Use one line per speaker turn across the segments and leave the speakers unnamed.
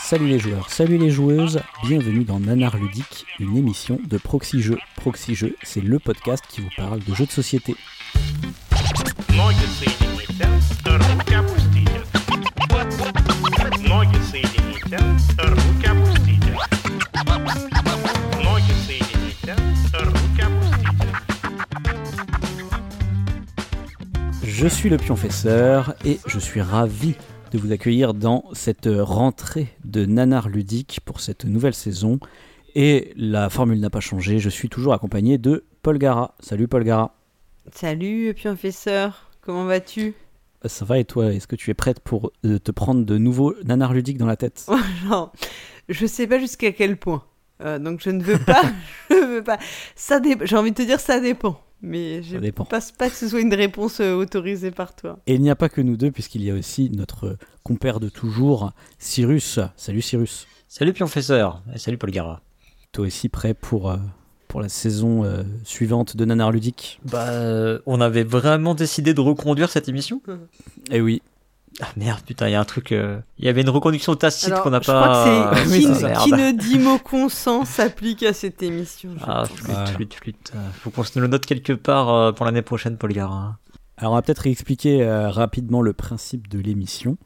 Salut les joueurs, salut les joueuses, bienvenue dans Nanar Ludique, une émission de Proxy Jeux. Proxy Jeux, c'est le podcast qui vous parle de jeux de société. Je suis le pionfesseur et je suis ravi de vous accueillir dans cette rentrée de Nanar Ludique pour cette nouvelle saison. Et la formule n'a pas changé, je suis toujours accompagné de Paul Gara. Salut Paul Gara.
Salut, pionfesseur, comment vas-tu
Ça va et toi, est-ce que tu es prête pour euh, te prendre de nouveau Nanar Ludique dans la tête
Genre, je sais pas jusqu'à quel point. Euh, donc je ne veux pas, je veux pas. Ça dé- J'ai envie de te dire ça dépend, mais je
Ça dépend.
pense pas que ce soit une réponse euh, autorisée par toi.
Et il n'y a pas que nous deux, puisqu'il y a aussi notre compère de toujours, Cyrus. Salut Cyrus.
Salut Pionfesseur, et salut Paul Gara.
Toi aussi prêt pour, euh, pour la saison euh, suivante de Nanar Ludique
Bah, euh, on avait vraiment décidé de reconduire cette émission
Eh oui,
Ah merde, putain, il y a un truc. euh, Il y avait une reconduction tacite
Alors,
qu'on n'a
je
pas.
crois que c'est
oui,
qui,
c'est
Ah,
qui
merde.
ne dit mot consent s'applique à cette émission. je
Ah,
pense.
flûte,
Voilà.
flûte, flûte. Euh, Faut qu'on se le note quelque part euh, pour l'année prochaine, Paul Gara.
Alors on va peut-être expliquer euh, rapidement le principe de l'émission.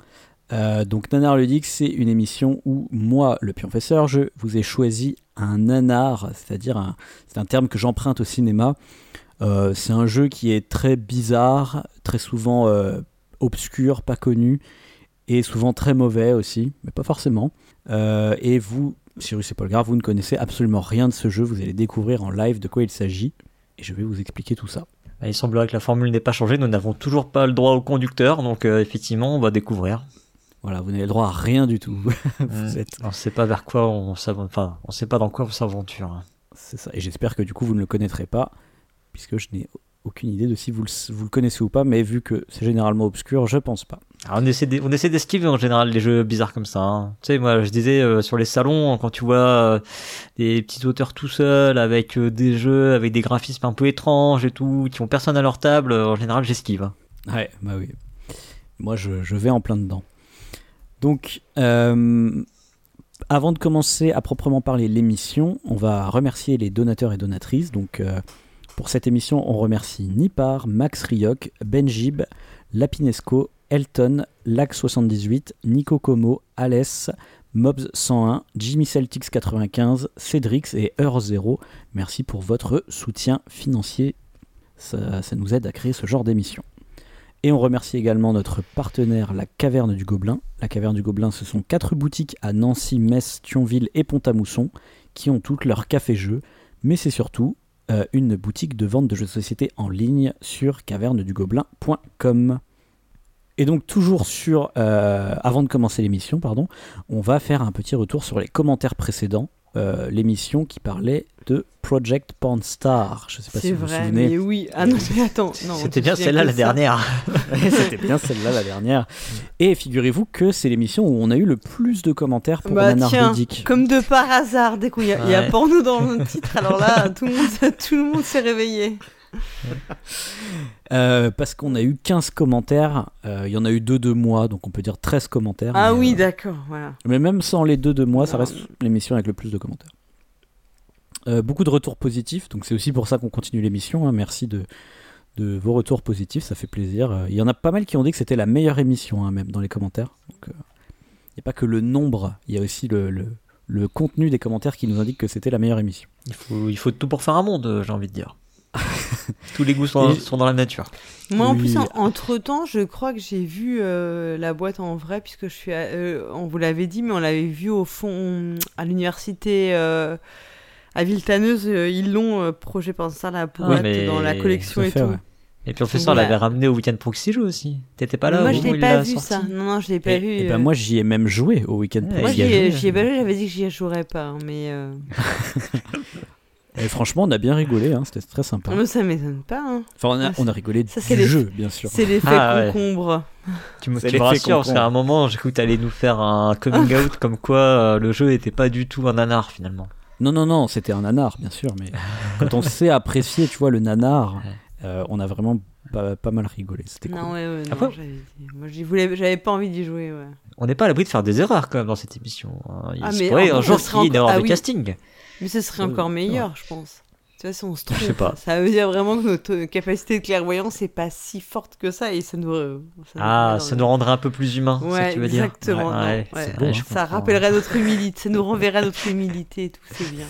Euh, donc Nanar Ludique, c'est une émission où moi, le pionfesseur, je vous ai choisi un nanar, c'est-à-dire un, c'est un terme que j'emprunte au cinéma. Euh, c'est un jeu qui est très bizarre, très souvent euh, obscur, pas connu, et souvent très mauvais aussi, mais pas forcément. Euh, et vous, Cyrus et Polgar, vous ne connaissez absolument rien de ce jeu, vous allez découvrir en live de quoi il s'agit, et je vais vous expliquer tout ça.
Ah, Il semblerait que la formule n'ait pas changé, nous n'avons toujours pas le droit au conducteur, donc euh, effectivement, on va découvrir.
Voilà, vous n'avez le droit à rien du tout.
Euh,
êtes-
On sait pas vers quoi on s'aventure. Enfin, on sait pas dans quoi on s'aventure. hein.
C'est ça. Et j'espère que du coup, vous ne le connaîtrez pas, puisque je n'ai aucune idée de si vous le, vous le connaissez ou pas, mais vu que c'est généralement obscur, je pense pas.
Alors, Ah, on essaie d'es- on essaie d'esquiver en général les jeux bizarres comme ça. hein. Tu sais, moi je disais euh, sur les salons, quand tu vois euh, des petits auteurs tout seuls avec euh, des jeux, avec des graphismes un peu étranges et tout, qui ont personne à leur table, euh, en général j'esquive. hein.
Ouais, bah oui. Moi, je, je vais en plein dedans. Donc, euh, avant de commencer à proprement parler l'émission, on va remercier les donateurs et donatrices. Donc, euh, pour cette émission, on remercie Nipar, Max Rioc, Benjib, Lapinesco, Elton, Lac78, Nico Como, Alès, Mobs101, Jimmy Celtics95, Cédrix et Heure0. Merci pour votre soutien financier. Ça- ça nous aide à créer ce genre d'émission. Et on remercie également notre partenaire La Caverne du Gobelin. La Caverne du Gobelin, ce sont quatre boutiques à Nancy, Metz, Thionville et Pont-à-Mousson qui ont toutes leurs café-jeux, mais c'est surtout euh, une boutique de vente de jeux de société en ligne sur cavernedugobelin.com. Et donc toujours sur, euh, avant de commencer l'émission, pardon, on va faire un petit retour sur les commentaires précédents, euh, l'émission qui parlait de Project Porn Star. Je sais pas si
C'est
vous vous
vrai,
souvenez.
mais oui. Ah non, mais attends. non, on
C'était
se
bien
souvient
celle-là
que
la
de ça.
dernière.
Et C'était bien celle-là la dernière. Et figurez-vous que c'est l'émission où on a eu le plus de commentaires pour
Bah
Nanar
tiens,
Ludique.
comme de par hasard, dès qu'il y, a- il y a
Ouais.
porno dans le titre, alors là, tout le monde, tout le monde s'est réveillé.
Euh, parce qu'on a eu 15 commentaires. Euh, Il y en a eu deux de moi, donc on peut dire 13 commentaires.
Ah
mais,
oui,
euh,
d'accord, voilà.
Mais même sans les deux de moi, ça
Non.
reste l'émission avec le plus de commentaires. Euh, beaucoup de retours positifs, donc c'est aussi pour ça qu'on continue l'émission. hein. Merci de, de vos retours positifs, ça fait plaisir. Euh, Il y en a pas mal qui ont dit que c'était la meilleure émission, hein, même dans les commentaires. Donc, euh, Il n'y a pas que le nombre, il y a aussi le, le- le contenu des commentaires qui nous indique que c'était la meilleure émission.
Il faut, il faut tout pour faire un monde, euh, j'ai envie de dire. Tous les goûts sont,
Et-
sont dans la nature.
Moi, en
Oui.
plus, entre temps, je crois que j'ai vu euh, la boîte en vrai, puisque je suis. à- euh, on vous l'avait dit, mais on l'avait vu au fond à l'université euh, à Villetaneuse. euh, ils l'ont euh, projet par ça la boîte
mais-
dans la collection
Tout à
et
fait,
tout.
ouais.
Et puis professeur
Ouais.
l'avait ramené au week-end proxy jeu aussi. T'étais pas là
moi,
au
je
moment où
l'ai
il
pas
l'a
vu
sorti
ça. Non, non, je l'ai pas
Et-
vu.
Et
euh.
ben moi j'y ai même joué au week-end.
Ouais,
prochain.
Moi,
il y a
j'y ai,
joué.
j'y ai pas joué, j'avais dit que j'y jouerais pas, hein, mais euh,
Et franchement on a bien rigolé, hein, c'était très sympa.
moi, ça m'étonne pas. hein.
Enfin on a, on a rigolé
Ça, c'est
du
les-
jeu bien sûr.
C'est l'effet
Ah, ouais.
concombre.
Tu me,
C'est
tu me
l'effet
rassures parce
concombre.
qu'à un moment j'ai cru que t'allais nous faire un coming out comme quoi euh, le jeu n'était pas du tout un nanar finalement.
Non, non, non, c'était un nanar, bien sûr, mais quand on sait apprécier, tu vois, le nanar, euh, on a vraiment pas, pas mal rigolé. C'était cool.
Non, ouais, ouais, non,
Après-
j'avais dit- Moi, j'y voulais, j'avais pas envie d'y jouer. Ouais.
on n'est pas à l'abri de faire des erreurs quand même dans cette émission. hein. Il
Ah,
se
mais
pourrait
en-
un
on
jour
serait
qu'il y ait une
encore-
erreur
ah
de
oui.
casting.
Mais ce serait
Euh,
encore
ouais.
meilleur, je pense. Tu vois, si on se
Je
trompe,
sais pas.
ça veut dire vraiment que notre euh, capacité de clairvoyance n'est pas si forte que ça et ça nous. euh, ça nous
Ah,
met dans
ça
le-
nous rendrait un peu plus humains, c'est ce
Ouais,
que tu veux dire.
exactement, non, ouais.
c'est-
beau,
je
hein.
Ça
comprends.
rappellerait notre humilité, ça nous renverrait notre humilité et tout, c'est bien.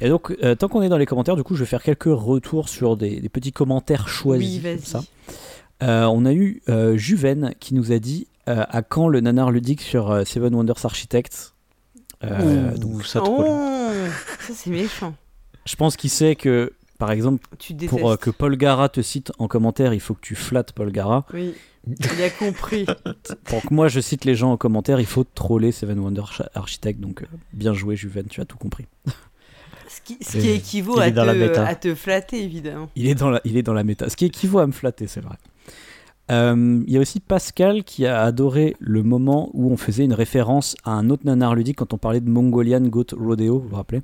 Et donc, euh, tant qu'on est dans les commentaires, du coup, je vais faire quelques retours sur des, des petits commentaires
Oui,
choisis. comme
vas-y.
ça. Euh, on a eu euh, Juven qui nous a dit euh, à quand le nanar ludique sur euh, Seven Wonders Architects Euh,
Ouh,
donc,
ça
oh,
troll.
ça c'est méchant.
Je pense qu'il sait que, par exemple,
Tu détestes.
pour euh, que Paul Gara te cite en commentaire, il faut que tu flattes Paul Gara.
Oui, il a compris.
Pour que moi je cite les gens en commentaire, il faut troller Seven Wonders Architects. Donc, euh, bien joué, Juven, tu as tout compris.
Ce qui, ce qui
Et-
équivaut
il est
à
dans la hein.
te,
bêta.
à te flatter, évidemment.
Il est dans la, il est dans la méta, ce qui équivaut à me flatter, c'est vrai. Euh, Il y a aussi Pascal qui a adoré le moment où on faisait une référence à un autre nanar ludique quand on parlait de Mongolian Goat Rodeo, vous vous rappelez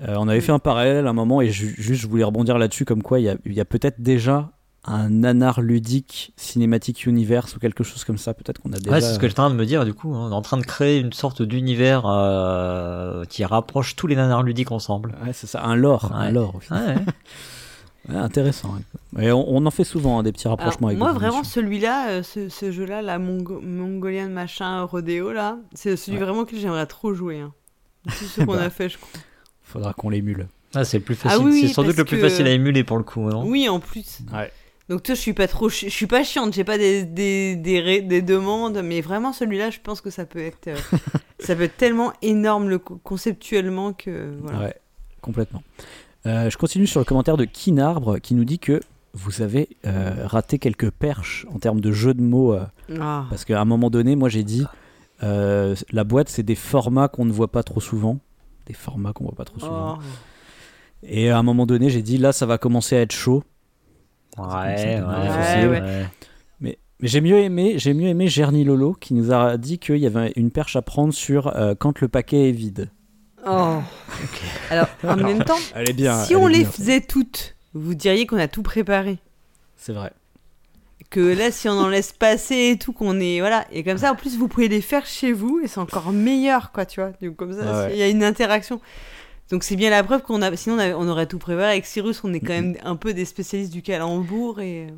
Euh, On avait fait un parallèle à un moment et ju- juste je voulais rebondir là-dessus comme quoi il y a, il y a peut-être déjà un nanar ludique cinématique universe ou quelque chose comme ça, peut-être qu'on a déjà...
Ouais, c'est ce que j'étais en train de me dire, du coup. hein. On est en train de créer une sorte d'univers euh, qui rapproche tous les nanars ludiques ensemble.
Ouais, c'est ça, un lore, un
Ouais.
lore, au final.
Ouais, ouais.
Ouais, intéressant. hein. Et on, on en fait souvent hein, des petits
Alors,
rapprochements avec
moi,
d'autres
vraiment, celui-là, euh, ce, ce jeu-là, la Mongo- Mongolian machin rodéo, là, c'est celui
Ouais.
vraiment que j'aimerais trop jouer. hein. Tout ce qu'on
Bah.
a fait, je crois.
Faudra qu'on l'émule.
Ah, c'est le plus facile.
Ah oui,
c'est sans doute
parce
le plus
que-
facile à émuler pour le coup, hein. non
Oui, en plus.
Ouais.
Donc, toi, je suis pas trop. chi- Je suis pas chiante, j'ai pas des, des, des, ré- des demandes, mais vraiment, celui-là, je pense que ça peut être. euh, ça peut être tellement énorme le, co- conceptuellement que. euh, Voilà.
Ouais, complètement. Euh, je continue sur le commentaire de Kinarbre qui nous dit que vous avez euh, raté quelques perches en termes de jeu de mots. euh,
Ah.
parce qu'à un moment donné, moi j'ai dit euh, la boîte, c'est des formats qu'on ne voit pas trop souvent. Des formats qu'on voit pas trop souvent.
Oh.
Et à un moment donné, j'ai dit là, ça va commencer à être chaud.
Ouais, ouais,
Ouais, ouais.
ouais.
Mais, mais j'ai mieux aimé, j'ai mieux aimé Gerny Lolo qui nous a dit qu'il y avait une perche à prendre sur euh, quand le paquet est vide.
Oh. Alors, en même temps,
Elle est hein. bien.
si
elle
on
est
les
bien.
faisait toutes, vous diriez qu'on a tout préparé.
c'est vrai.
que là si on en laisse passer et tout qu'on est voilà et comme ça en plus vous pouvez les faire chez vous et c'est encore meilleur quoi tu vois donc comme ça
Ah ouais.
il y a une interaction donc c'est bien la preuve qu'on a sinon on, a- on aurait tout préparé avec Cyrus on est quand même un peu des spécialistes du calembour et euh,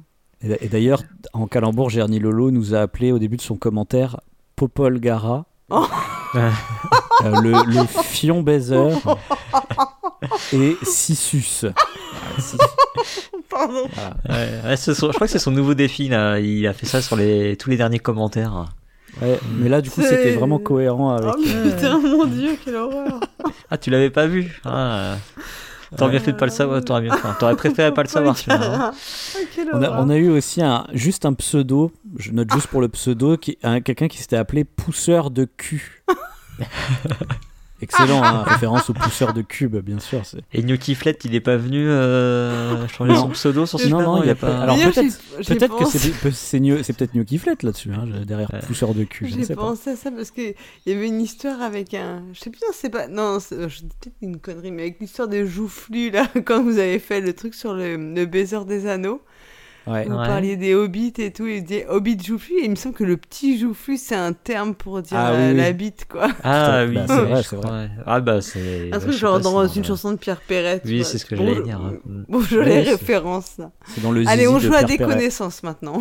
Et d'a- et d'ailleurs, en calembour, Gerny Lolo nous a appelé au début de son commentaire Popol Gara,
Oh.
Euh, le, le fion baiser et Sissus. Voilà, Sissus.
pardon
Voilà.
Ouais, ouais, c'est son- je crois que c'est son nouveau défi, là. Il a fait ça sur les... tous les derniers commentaires.
Ouais, mais là, du coup,
C'est-
c'était vraiment cohérent avec.
oh putain mon dieu quelle horreur
Ah, tu l'avais pas vu ah, euh, T'aurais bien fait de pas le savoir. T'aurais, bien... enfin, t'aurais préféré pas le savoir, tu vois.
Ah,
hein.
On a, on a eu aussi un, juste un pseudo, je note juste pour le pseudo, qui, un- quelqu'un qui s'était appelé Pousseur de cul. Excellent, hein, référence au pousseur de cube, bien sûr. c'est-
Et Gnocchi Flett, il est pas venu euh, changer
Non.
son pseudo sur ce
Non, non, il
y
a pas- alors, peut-être- Peut-être que c'est peut- c'est New- c'est peut-être New Kiflet là-dessus, hein, derrière
Ouais.
pousseur de cul. Je ne
J'ai
sais pas.
pensé à ça parce qu'il y avait une histoire avec un. Je sais plus, non, c'est pas. Non, c'est- euh, je dis peut-être une connerie, mais avec l'histoire de Joufflu, là, quand vous avez fait le truc sur le, le baiser des anneaux,
Ouais.
vous
Ouais.
parliez des hobbits et tout, et vous disiez hobbit Joufflu, et il me semble que le petit Joufflu, c'est un terme pour dire
Ah,
la,
oui,
la
oui.
bite, quoi.
Ah
Putain,
oui,
bah, c'est
oui,
vrai,
je
c'est
crois, ouais. Ah bah c'est.
Un
je
truc
sais
genre
pas si
dans
on-
une chanson de Pierre Perret.
Oui, c'est ce que j'allais dire.
euh,
Mm.
Bon, je les
Ouais, c'est-
références, là.
C'est dans le zizi
Allez, on
de
joue à
Pierre
des
Perret.
connaissances maintenant.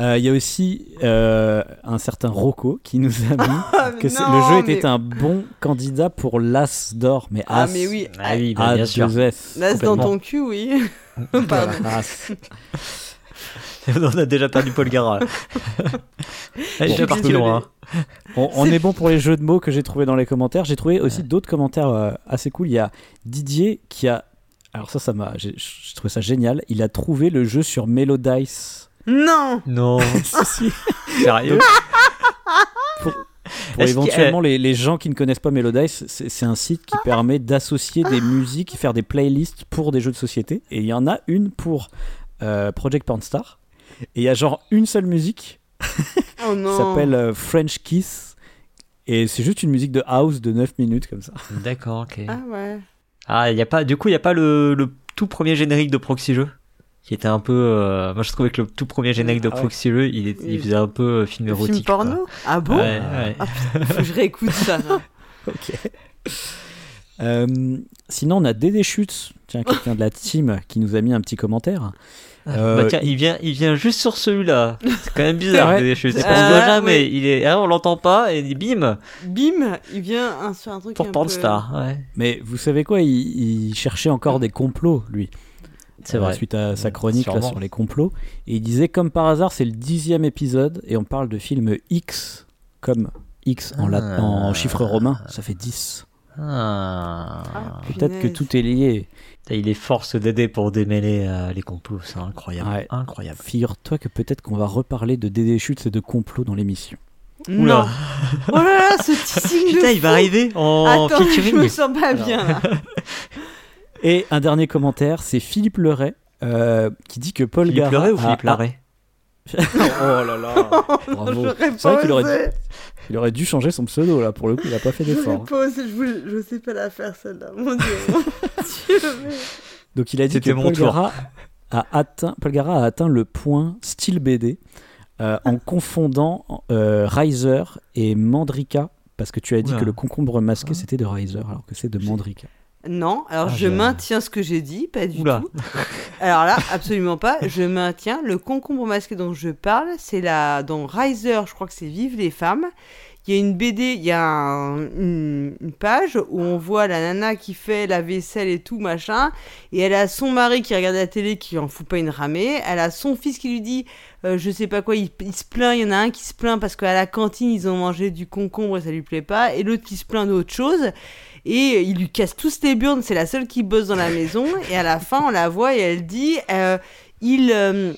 Euh, Il y a aussi euh, un certain Rocco qui nous a mis
Ah,
que c'est- le
non,
jeu
mais-
était un bon candidat pour l'As d'or, mais
Ah,
As.
mais oui.
Ah oui, bah,
As
bien sûr.
deux S.
Là, c'est dans
complètement.
ton cul, oui. Pardon.
Ah,
As.
on a déjà perdu Paul Gara. Elle est
Bon,
déjà partie
désolée.
loin.
On, on
C'est-
est bon pour les jeux de mots que j'ai trouvé dans les commentaires. J'ai trouvé aussi d'autres commentaires euh, assez cool. Il y a Didier qui a. Alors, ça, ça m'a. J'ai j'ai trouvé ça génial. Il a trouvé le jeu sur Melodice.
Non
Non,
Si, si.
sérieux.
Pour
Est-ce qu'il-
éventuellement les, les gens qui ne connaissent pas Melodice, c'est c'est un site qui permet d'associer des musiques, et faire des playlists pour des jeux de société. Et il y en a une pour euh, Project Pornstar. Et il y a genre une seule musique
Oh
qui
non
s'appelle euh, French Kiss. Et c'est juste une musique de house de 9 minutes comme ça.
D'accord, ok.
Ah ouais.
Ah, il y a pas. Du coup, il y a pas le, le tout premier générique de Proxy Jeu. qui était un peu. euh, moi, je trouvais que le tout premier générique de
Ah ouais.
Proxy Rue, il, est- il faisait un peu euh, film
Le
érotique.
film porno Ah
quoi.
bon
Ouais, ouais.
Faut que je réécoute ça.
Ok. Euh, sinon, on a Dédé Chutes, tiens, quelqu'un de la team qui nous a mis un petit commentaire. Euh,
Bah tiens, il vient, il vient juste sur celui-là. C'est quand même bizarre.
Ouais.
des choses.
Ah,
On le voit jamais.
oui.
Il est, ah, on l'entend pas et il dit bim
Bim, il vient un- sur un truc
pour
un peu-
Pornstar. Ouais,
Mais vous savez quoi il, il cherchait
Mm.
encore des complots, lui.
c'est
euh,
vrai.
Suite à sa chronique là,
Sûrement.
sur les complots. Et il disait, comme par hasard, c'est le dixième épisode et on parle de film X, comme X en, lat-
Ah.
en chiffre romain, ça fait 10.
Ah.
Ah,
Peut-être que
punaise.
tout est lié.
Putain, Il est fort ce Dédé pour démêler euh, les complots. C'est incroyable,
Ouais.
incroyable.
Figure-toi que peut-être qu'on va reparler de Dédé Chutes et de complots dans l'émission.
Non.
Oula.
Oh là là, ce petit signe
Putain,
de
il va
fou.
arriver en
Attends, je
featuring.
me sens pas
Alors.
bien. là.
Et un dernier commentaire, c'est Philippe Leray. euh, qui dit que Paul
Philippe
Gara
Leray ou
a-
Philippe
a-
Larrey
oh là là Bravo.
J'aurais
C'est vrai
pas
qu'il aurait,
osé.
il aurait dû changer son pseudo là pour le coup, il a pas fait
J'aurais
hein.
d'effort. hein.
pas osé, je, voulais- je sais pas la faire celle-là. Mon dieu, mon dieu. mais-
Donc il a dit que
C'était mon
Paul
tour.
Gara a atteint Paul Gara a atteint le point style BD euh, en confondant euh, Riser et Mandrika parce que tu as dit
Oula.
que le concombre masqué c'était de Riser alors que c'est de
J'ai-
Mandrika.
Non, alors
Ah,
je
je-
maintiens ce que j'ai dit, pas du
Oula.
tout. Alors là, absolument pas, je maintiens. Le concombre masqué dont je parle, c'est là dans Riser, je crois que c'est Vive les femmes. Il y a une BD, il y a un- une, une page où on voit la nana qui fait la vaisselle et tout machin, et elle a son mari qui regarde la télé qui en fout pas une ramée, elle a son fils qui lui dit euh, je sais pas quoi, il, il se plaint, il y en a un qui se plaint parce qu'à la cantine ils ont mangé du concombre et ça lui plaît pas, et l'autre qui se plaint d'autre chose, et il lui casse tous les burnes, c'est la seule qui bosse dans la maison, et à la fin on la voit et elle dit euh, il. euh,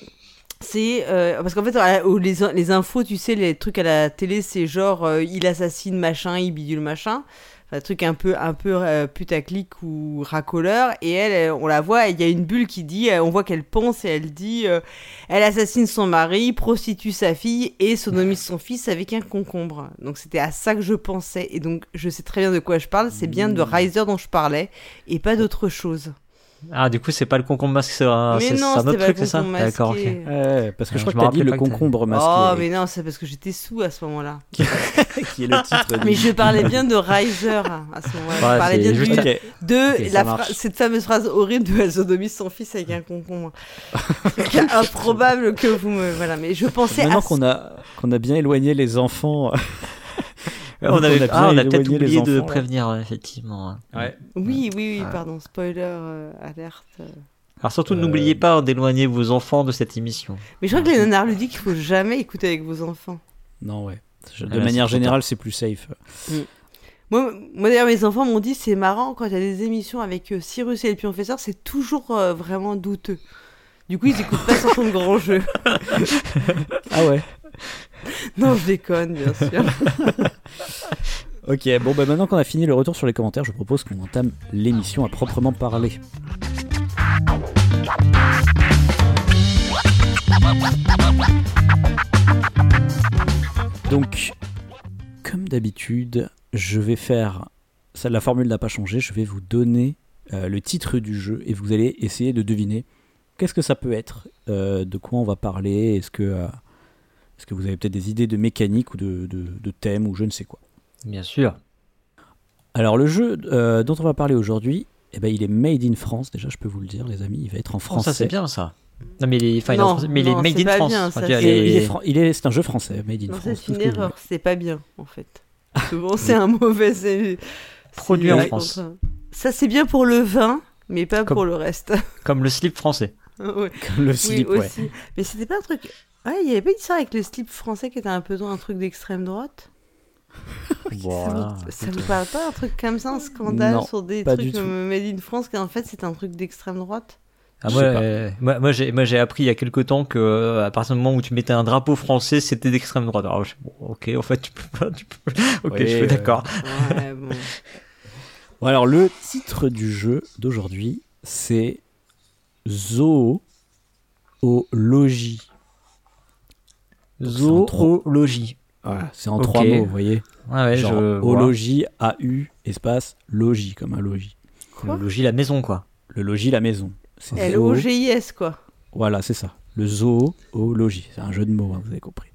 c'est euh, parce qu'en fait euh, aux- les, les infos tu sais les trucs à la télé c'est genre euh, il assassine machin il bidule machin un truc un peu un peu euh, putaclic ou racoleur et elle elle, euh, on la voit il y a une bulle qui dit euh, on voit qu'elle pense et elle dit euh, elle assassine son mari prostitue sa fille et sodomise son fils avec un concombre donc c'était à ça que je pensais et donc je sais très bien de quoi je parle c'est bien
Hmm.
de Riser dont je parlais et pas d'autre chose
Ah, du coup, c'est pas le concombre masque, c'est
mais
un, Ah, c'est- c'est
non
un
c'était
autre
pas le
truc, c'est ça
concombre
D'accord, ok.
masqué
Ouais, parce que je crois
Euh, je
que t'as
me
dit
rappelais
le
pas que t'as-
concombre
Oh,
masqué
mais non, c'est parce que j'étais sous à ce moment-là.
qui est le titre.
Mais je parlais bien de Riser hein, à ce moment-là. je
Ouais,
parlais
c'est
bien
juste-
du-
Ok.
de
Ok, ça
la
marche.
phra- cette fameuse phrase horrible de elle sodomise son fils avec un concombre. Truc improbable que vous me. Voilà, mais je pensais à.
Maintenant
ce-
qu'on a qu'on a bien éloigné les enfants.
Ouais, on, avait,
bien
ah, on a
éloigné
peut-être
les
oublié de
enfants, là.
prévenir, ouais, effectivement.
Oui, oui, oui,
Ah.
pardon, spoiler, euh, alerte. euh.
Alors surtout,
Euh,
n'oubliez pas d'éloigner vos enfants de cette émission.
Mais je crois que les nanars ludiques, il faut jamais écouter avec vos enfants.
Non ouais. Je-
Ouais,
De
c'est
manière
trop tard.
générale, c'est plus safe.
Moi, moi d'ailleurs, mes enfants m'ont dit c'est marrant quand il y a des émissions avec euh, Cyrus et le pionfesseur, c'est toujours euh, vraiment douteux. Du coup, ils écoutent pas sans ton grand jeu.
Ah ouais.
Non, je déconne, bien sûr.
Ok, bon bah maintenant qu'on a fini le retour sur les commentaires, je propose qu'on entame l'émission à proprement parler. Donc, comme d'habitude, je vais faire, ça, la formule n'a pas changé, je vais vous donner euh, le titre du jeu et vous allez essayer de deviner qu'est-ce que ça peut être, euh, de quoi on va parler, est-ce que, euh, est-ce que vous avez peut-être des idées de mécanique ou de, de, de thème ou je ne sais quoi.
Bien sûr.
Alors le jeu euh, dont on va parler aujourd'hui, eh ben, il est made in France, déjà je peux vous le dire les amis, il va être en français.
Oh, Ça, c'est bien, ça. Non, mais les, enfin, il est
Non,
en français, mais les
non,
Made
c'est
in
pas
France.
bien,
enfin,
ça,
tu vois,
Il est-
les-
il est fran- il est- c'est un jeu français, made in
Non,
France. tout
c'est
ce
une
que vous
erreur, c'est pas bien en fait. Souvent, c'est un mauvais. c'est-
Produit
c'est
en
la
France.
contrainte. Ça, c'est bien pour le vin, mais pas
Comme-
pour le reste.
Comme le slip français.
Ouais.
voulez. Comme le
Oui,
slip, ouais.
aussi. Mais c'était pas un truc. Ouais, il y avait pas une histoire avec le slip français qui était un peu un truc d'extrême droite
Voilà.
Ça vous- Ça vous parle pas un truc comme ça, un scandale
Non,
sur des
Oh pas
trucs
du tout.
comme Made in France qui en fait c'est un truc d'extrême droite
Ah,
Je
moi,
sais pas.
euh, moi, moi, j'ai, moi, j'ai appris il y a quelques temps que euh, à partir du moment où tu mettais un drapeau français, c'était d'extrême droite. Alors, je- bon, ok, en fait, tu peux pas. Tu peux... Ok,
Oui,
je suis
euh,
d'accord.
Ouais, bon.
Bon, alors le titre du jeu d'aujourd'hui, c'est Zoologie. en trois-
Zoologie.
Voilà, c'est en
Ok.
trois mots, vous voyez.
Ah ouais,
Genre,
je. vois.
ologie, A-U, espace, logis, comme un logis.
Quoi
Zoologie, la maison, quoi.
Le logis, la maison. C'est
L-O-G-I-S quoi.
Voilà, c'est ça. Le zoologie. C'est un jeu de mots, hein, vous avez compris.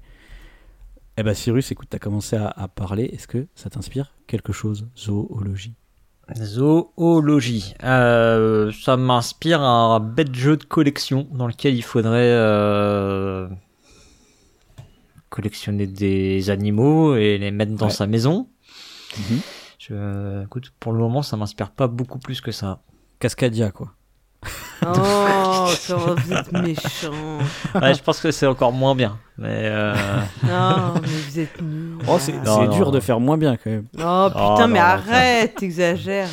Eh ben Cyrus, écoute, t'as commencé à, à parler. Est-ce que ça t'inspire quelque chose, zoologie
Zoologie. Euh, ça m'inspire un bête jeu de collection dans lequel il faudrait euh, collectionner des animaux et les mettre dans
Ouais.
sa maison.
Mhm.
Je, écoute, pour le moment, ça m'inspire pas beaucoup plus que ça.
Cascadia, quoi.
Oh, comment vous êtes méchant.
Ouais, je pense que c'est encore moins bien. Mais euh,
Non, mais vous êtes nuls.
Oh, c'est
Non,
c'est
non,
dur
non.
de faire moins bien quand même.
Oh,
Oh,
putain,
non,
mais
non,
arrête, t'exagères.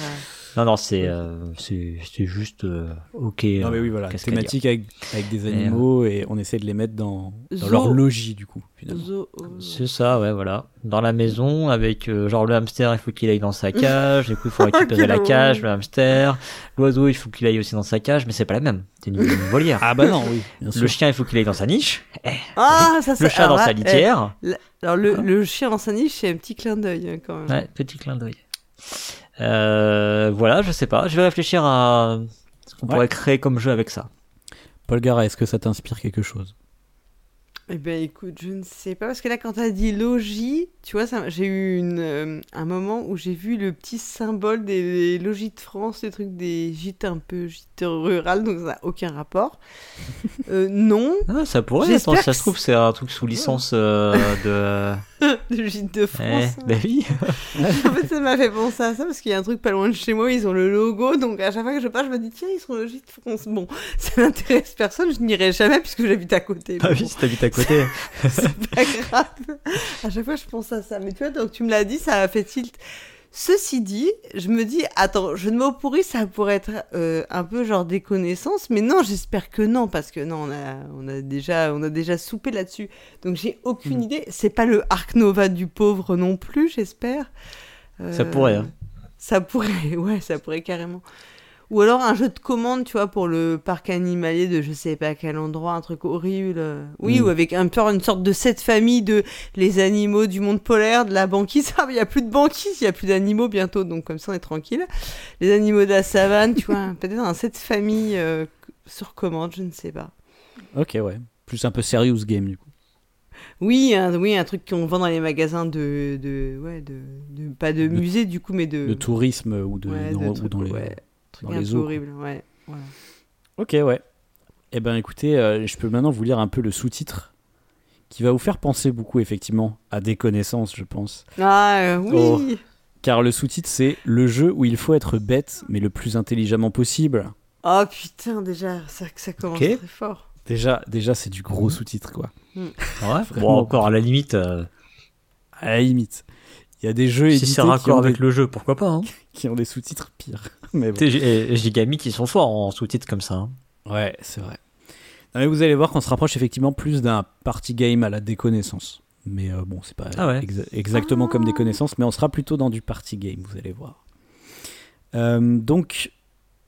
non, non, c'est euh, c'est c'est juste euh, ok.
Non, mais oui, voilà.
Cascadia.
Thématique avec, avec des
Mais, euh,
animaux et on essaie de les mettre dans, dans
Zo-
leur logis, du coup, finalement.
Zo- oh.
C'est ça, ouais, voilà. Dans la maison, avec euh, genre le hamster, il faut qu'il aille dans sa cage, du coup, il faut récupérer
Quel
la
horreur.
cage, le hamster. L'oiseau, il faut qu'il aille aussi dans sa cage, mais c'est pas la même. C'est une, une volière.
Ah, bah non, oui, bien
le
sûr.
chien, il faut qu'il aille dans sa niche.
Ah, ça,
Le
c'est-
chat
alors
dans
là,
sa
eh,
litière. Hein
Alors, le, le chien dans sa niche, c'est un petit clin d'œil hein, quand même.
Ouais, petit clin d'œil. Euh, voilà, je sais pas. Je vais réfléchir à ce qu'on
Ouais.
pourrait créer comme jeu avec ça.
Polgara, est-ce que ça t'inspire quelque chose
Eh bien, écoute, je ne sais pas, parce que là, quand t'as dit logis, tu vois, ça- j'ai eu une, euh, un moment où j'ai vu le petit symbole des, des logis de France, des trucs des gîtes un peu gîtes rurales, donc ça n'a aucun rapport. Euh, non,
Ah, ça pourrait,
J'espère
attends, si ça
que
se trouve, c'est un truc sous licence euh, de.
de gîtes de France.
Eh,
hein.
bah oui.
En fait, ça m'a fait penser à ça parce qu'il y a un truc pas loin de chez moi, ils ont le logo, donc à chaque fois que je passe, je me dis tiens, ils sont le gîte France. Bon, ça n'intéresse personne, je n'irai jamais puisque j'habite à côté.
Bah
Ah
mais
oui,
bon,
si t'habites à côté.
c'est pas grave. À chaque fois, je pense à ça. Mais tu vois, donc tu me l'as dit, ça a fait tilt. Ceci dit, je me dis attends, je ne mots pourris, ça pourrait être euh, un peu genre des connaissances, mais non, j'espère que non parce que non, on a, on a déjà, on a déjà soupé là-dessus, donc j'ai aucune
Hmm.
idée. C'est pas le Arc Nova du pauvre non plus, j'espère.
Ça
Euh,
pourrait, hein.
ça pourrait, ouais, ça pourrait carrément. Ou alors un jeu de commande, tu vois, pour le parc animalier de je sais pas quel endroit, un truc horrible. euh. Oui,
Mm.
ou avec un peu une sorte de cette famille de les animaux du monde polaire, de la banquise. Ah, mais il n'y a plus de banquise, il n'y a plus d'animaux bientôt, donc comme ça on est tranquille. Les animaux de la savane, tu vois, peut-être un cette famille euh, sur commande, je ne sais pas.
Ok, ouais. Plus un peu serious game, du coup.
Oui, un, oui, un truc qu'on vend dans les magasins de, de ouais, de, de- pas de,
De-
musée du coup, mais de,
De tourisme ou, de,
ouais,
dans,
de
ou
trucs,
dans les.
ouais, trucs
dans
un
les
peu
zoos, quoi.
horribles, ouais. voilà.
Ok, ouais. Eh ben, écoutez, euh, je peux maintenant vous lire un peu le sous-titre qui va vous faire penser beaucoup, effectivement, à des connaissances, je pense.
Ah euh, oui.
Oh. Car le sous-titre, c'est Le jeu où il faut être bête, mais le plus intelligemment possible.
Oh putain, déjà, ça, ça commence
Ok.
très fort.
Déjà, déjà c'est du gros sous-titre, quoi.
Ouais,
Vraiment.
bon, encore à la limite. euh,
À la limite. Il y a des jeux
si
édités
c'est
qui,
raccord
ont
avec
des,
le jeu, pourquoi pas. Hein.
qui ont des sous-titres pires. Mais bon.
Tu sais, G- et- et Gigami qui sont forts en sous-titres comme ça. hein.
Ouais, c'est vrai. Non, mais vous allez voir qu'on se rapproche effectivement plus d'un party game à la déconnaissance. Mais euh, bon, c'est pas
Ah ouais.
exa- exactement comme déconnaissance, mais on sera plutôt dans du party game, vous allez voir. Euh, donc,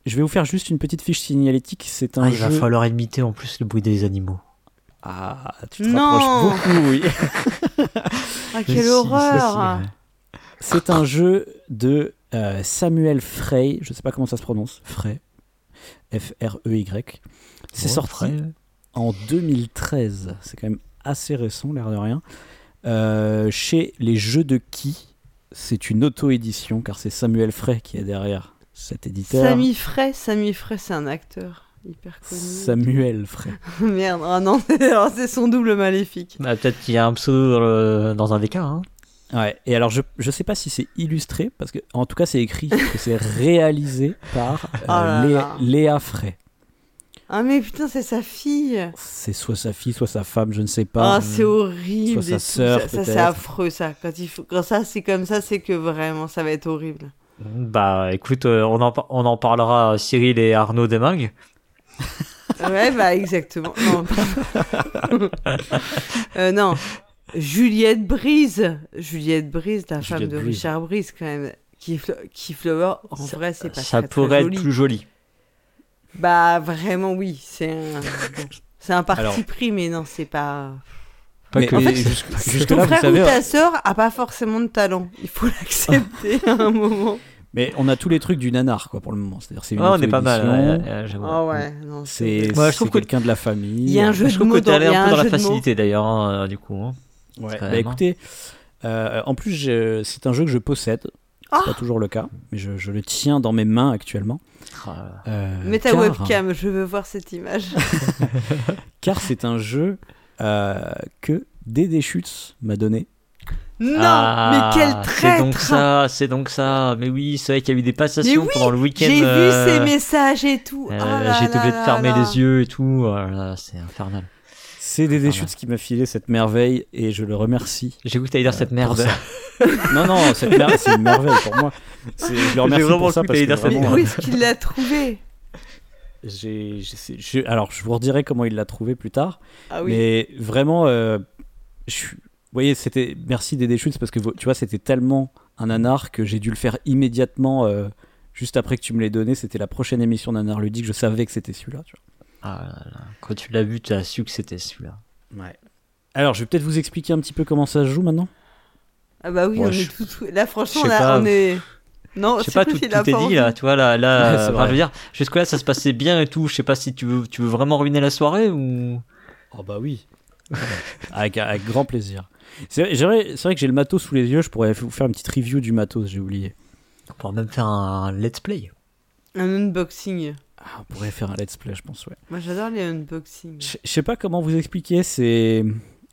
je vais vous faire juste une petite fiche signalétique. C'est un
Ah, il
jeu.
va falloir imiter en plus le bruit des animaux.
Ah, tu te
Non.
rapproches beaucoup, oui.
Ah,
Si,
quelle
si,
horreur
si, ouais.
C'est un jeu de euh, Samuel Frey. Je sais pas comment ça se prononce. Frey. F-R-E-Y. C'est
Ouais,
sorti
ouais.
en 2013. C'est quand même assez récent, l'air de rien. Euh, chez les jeux de qui C'est une auto-édition, car c'est Samuel Frey qui est derrière cet éditeur.
Samy Frey, Samy Frey, c'est un acteur hyper connu.
Samuel Frey.
Merde, ah non, alors c'est son double maléfique.
Bah, Peut-être qu'il y a un pseudo dans, le- dans un des cas. hein.
Ouais, et alors je, je sais pas si c'est illustré, parce que en tout cas c'est écrit que c'est réalisé par euh,
Oh là là.
Léa, Léa Frey.
Ah mais putain, c'est sa fille
C'est soit sa fille, soit sa femme, je ne sais pas. Euh,
Ah, c'est
soit
horrible
sa
et tout.
sœur,
Ça, ça, c'est
peut-être.
affreux, ça. Quand, il faut... Quand ça, c'est comme ça, c'est que vraiment, ça va être horrible.
Bah écoute, euh, on en, par- on en parlera à Cyril et Arnaud Demingue.
Ouais, bah exactement. Non, Euh, non. Juliette Brise. Juliette Brise, la femme
Juliette
de
Brise.
Richard Brise, quand même. Qui, fl- qui Flower, en
Ça-
vrai, c'est pas
Ça
très, très
pourrait
joli.
être plus joli.
Bah, vraiment, oui. C'est un, bon, c'est un parti
Alors-
pris, mais non, c'est pas.
Pas
Mais-
que
en
les-
fait,
juste-
Jusque
Ton
là, vous
hein.
frère ou
savez,
ta sœur a pas forcément de talent. Il faut l'accepter à un moment.
Mais on a tous les trucs du nanar, quoi, pour le moment. C'est-à-dire, c'est une
Ouais, Ah, on est pas mal.
auto-édition,
ouais, ouais, j'avoue.
Ah ouais, non,
C'est
Moi, je
c'est
trouve que-
quelqu'un de la famille.
Il y a un jeu
Je
de
trouve que
mots
t'as
dans, il y
l'air
a
un peu dans
un
la
jeu de mots.
facilité d'ailleurs, hein, euh, du coup. hein.
Ouais.
quand
Bah,
même, hein.
écoutez, euh, en plus, je- c'est un jeu que je possède. C'est
Ah
pas toujours le cas, mais je, je le tiens dans mes mains actuellement.
Ah, là, là.
Euh,
Mets ta
car-
hein.
webcam, je veux voir cette image.
Car c'est un jeu euh, que Dédé Schutz m'a donné.
non,
Ah,
mais quel
C'est donc
traître hein.
ça, c'est donc ça. Mais oui, c'est vrai qu'il y a eu des passations
Mais oui,
pendant le week-end.
J'ai
euh,
vu ces messages et tout.
euh,
Ah là
J'ai été
là
obligé de
là
fermer
là.
les yeux et tout. Oh là là, c'est infernal.
C'est Dédé
Ah,
Schutz qui m'a filé cette merveille et je le remercie. Euh,
J'ai goûté
Euh,
dire cette merde.
ça. Non, non, cette mer- c'est une merveille pour moi. C'est- Je le remercie
vraiment
pour ça
cru
parce
que
que
t'allais dire cette
vraiment, euh,
Mais
Bon,
où
ouais.
est-ce qu'il l'a trouvé
j'ai- j'ai- c'est- je- alors je vous redirai comment il l'a trouvé plus tard.
Ah oui.
Mais vraiment, euh, je suis- vous voyez, c'était. Merci Dédé Schultz parce que vo- tu vois, c'était tellement un nanar que j'ai dû le faire immédiatement euh, juste après que tu me l'aies donné. C'était la prochaine émission Nanar Ludique. Je savais que c'était celui-là. tu
Ah là là. Quand tu l'as vu, tu as su que c'était celui-là.
vois. Alors, je vais peut-être vous expliquer un petit peu comment ça se joue maintenant.
Ah bah oui,
Moi,
on
je-
est tout, tout- Là, franchement,
je sais
là,
pas.
on est. Non, Oh,
Je sais
c'est
pas,
cool
tout,
s'il
tout
a
est
pas
dit
envie.
là, tu vois, là, là
Ouais, c'est
euh, enfin,
vrai.
je veux dire, jusque-là ça se passait bien et tout, je sais pas si tu veux, tu veux vraiment ruiner la soirée ou...
Oh bah oui. avec, avec grand plaisir. C'est vrai, j'ai vrai- c'est vrai que j'ai le matos sous les yeux. Je pourrais vous faire une petite review du matos. J'ai oublié.
On pourrait même faire un let's play.
Un unboxing.
Ah, on pourrait faire un let's play, je pense. Ouais.
Moi, j'adore les unboxings.
Je je sais pas comment vous expliquer. C'est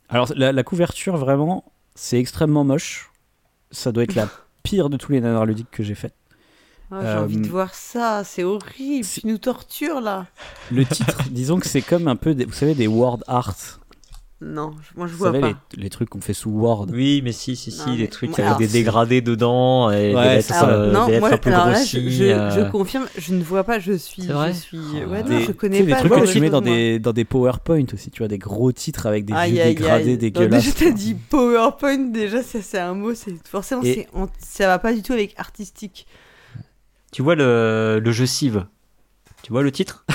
alors la, la couverture vraiment, c'est extrêmement moche. Ça doit être la pire de tous les nanars ludiques que j'ai fait.
Ah, J'ai envie
Euh,
de voir ça, c'est horrible.
si-
Tu nous tortures là.
Le titre, disons que c'est comme un peu, des- vous savez, des word art.
Non, je- moi je
Vous
vois
savez
pas.
les, les trucs qu'on fait sous Word.
Oui, mais si, si, si,
Non,
des
mais-
trucs
Alors,
avec des
c'est-
dégradés dedans et
Ouais,
des
c'est
lettres,
ça.
euh,
Ah, non,
des
moi,
lettres un peu
alors là, je,
grossies.
je-
euh,
je confirme, je ne vois pas, je suis.
C'est
je
vrai
suis-
Ah,
ouais,
Des,
non, je
tu
connais
sais, des
pas.
trucs
moi,
que
je
tu mets dans
trouve, moi.
des, dans des PowerPoint aussi, tu vois, des gros titres avec des
Aïe,
vieux
aïe, aïe.
dégradés
Non,
dégueulasses.
déjà, t'as dit PowerPoint, déjà, ça, c'est un mot, c'est forcément,
Et-
c'est an- ça va pas du tout avec artistique.
Tu vois le, le jeu Civ Tu vois le titre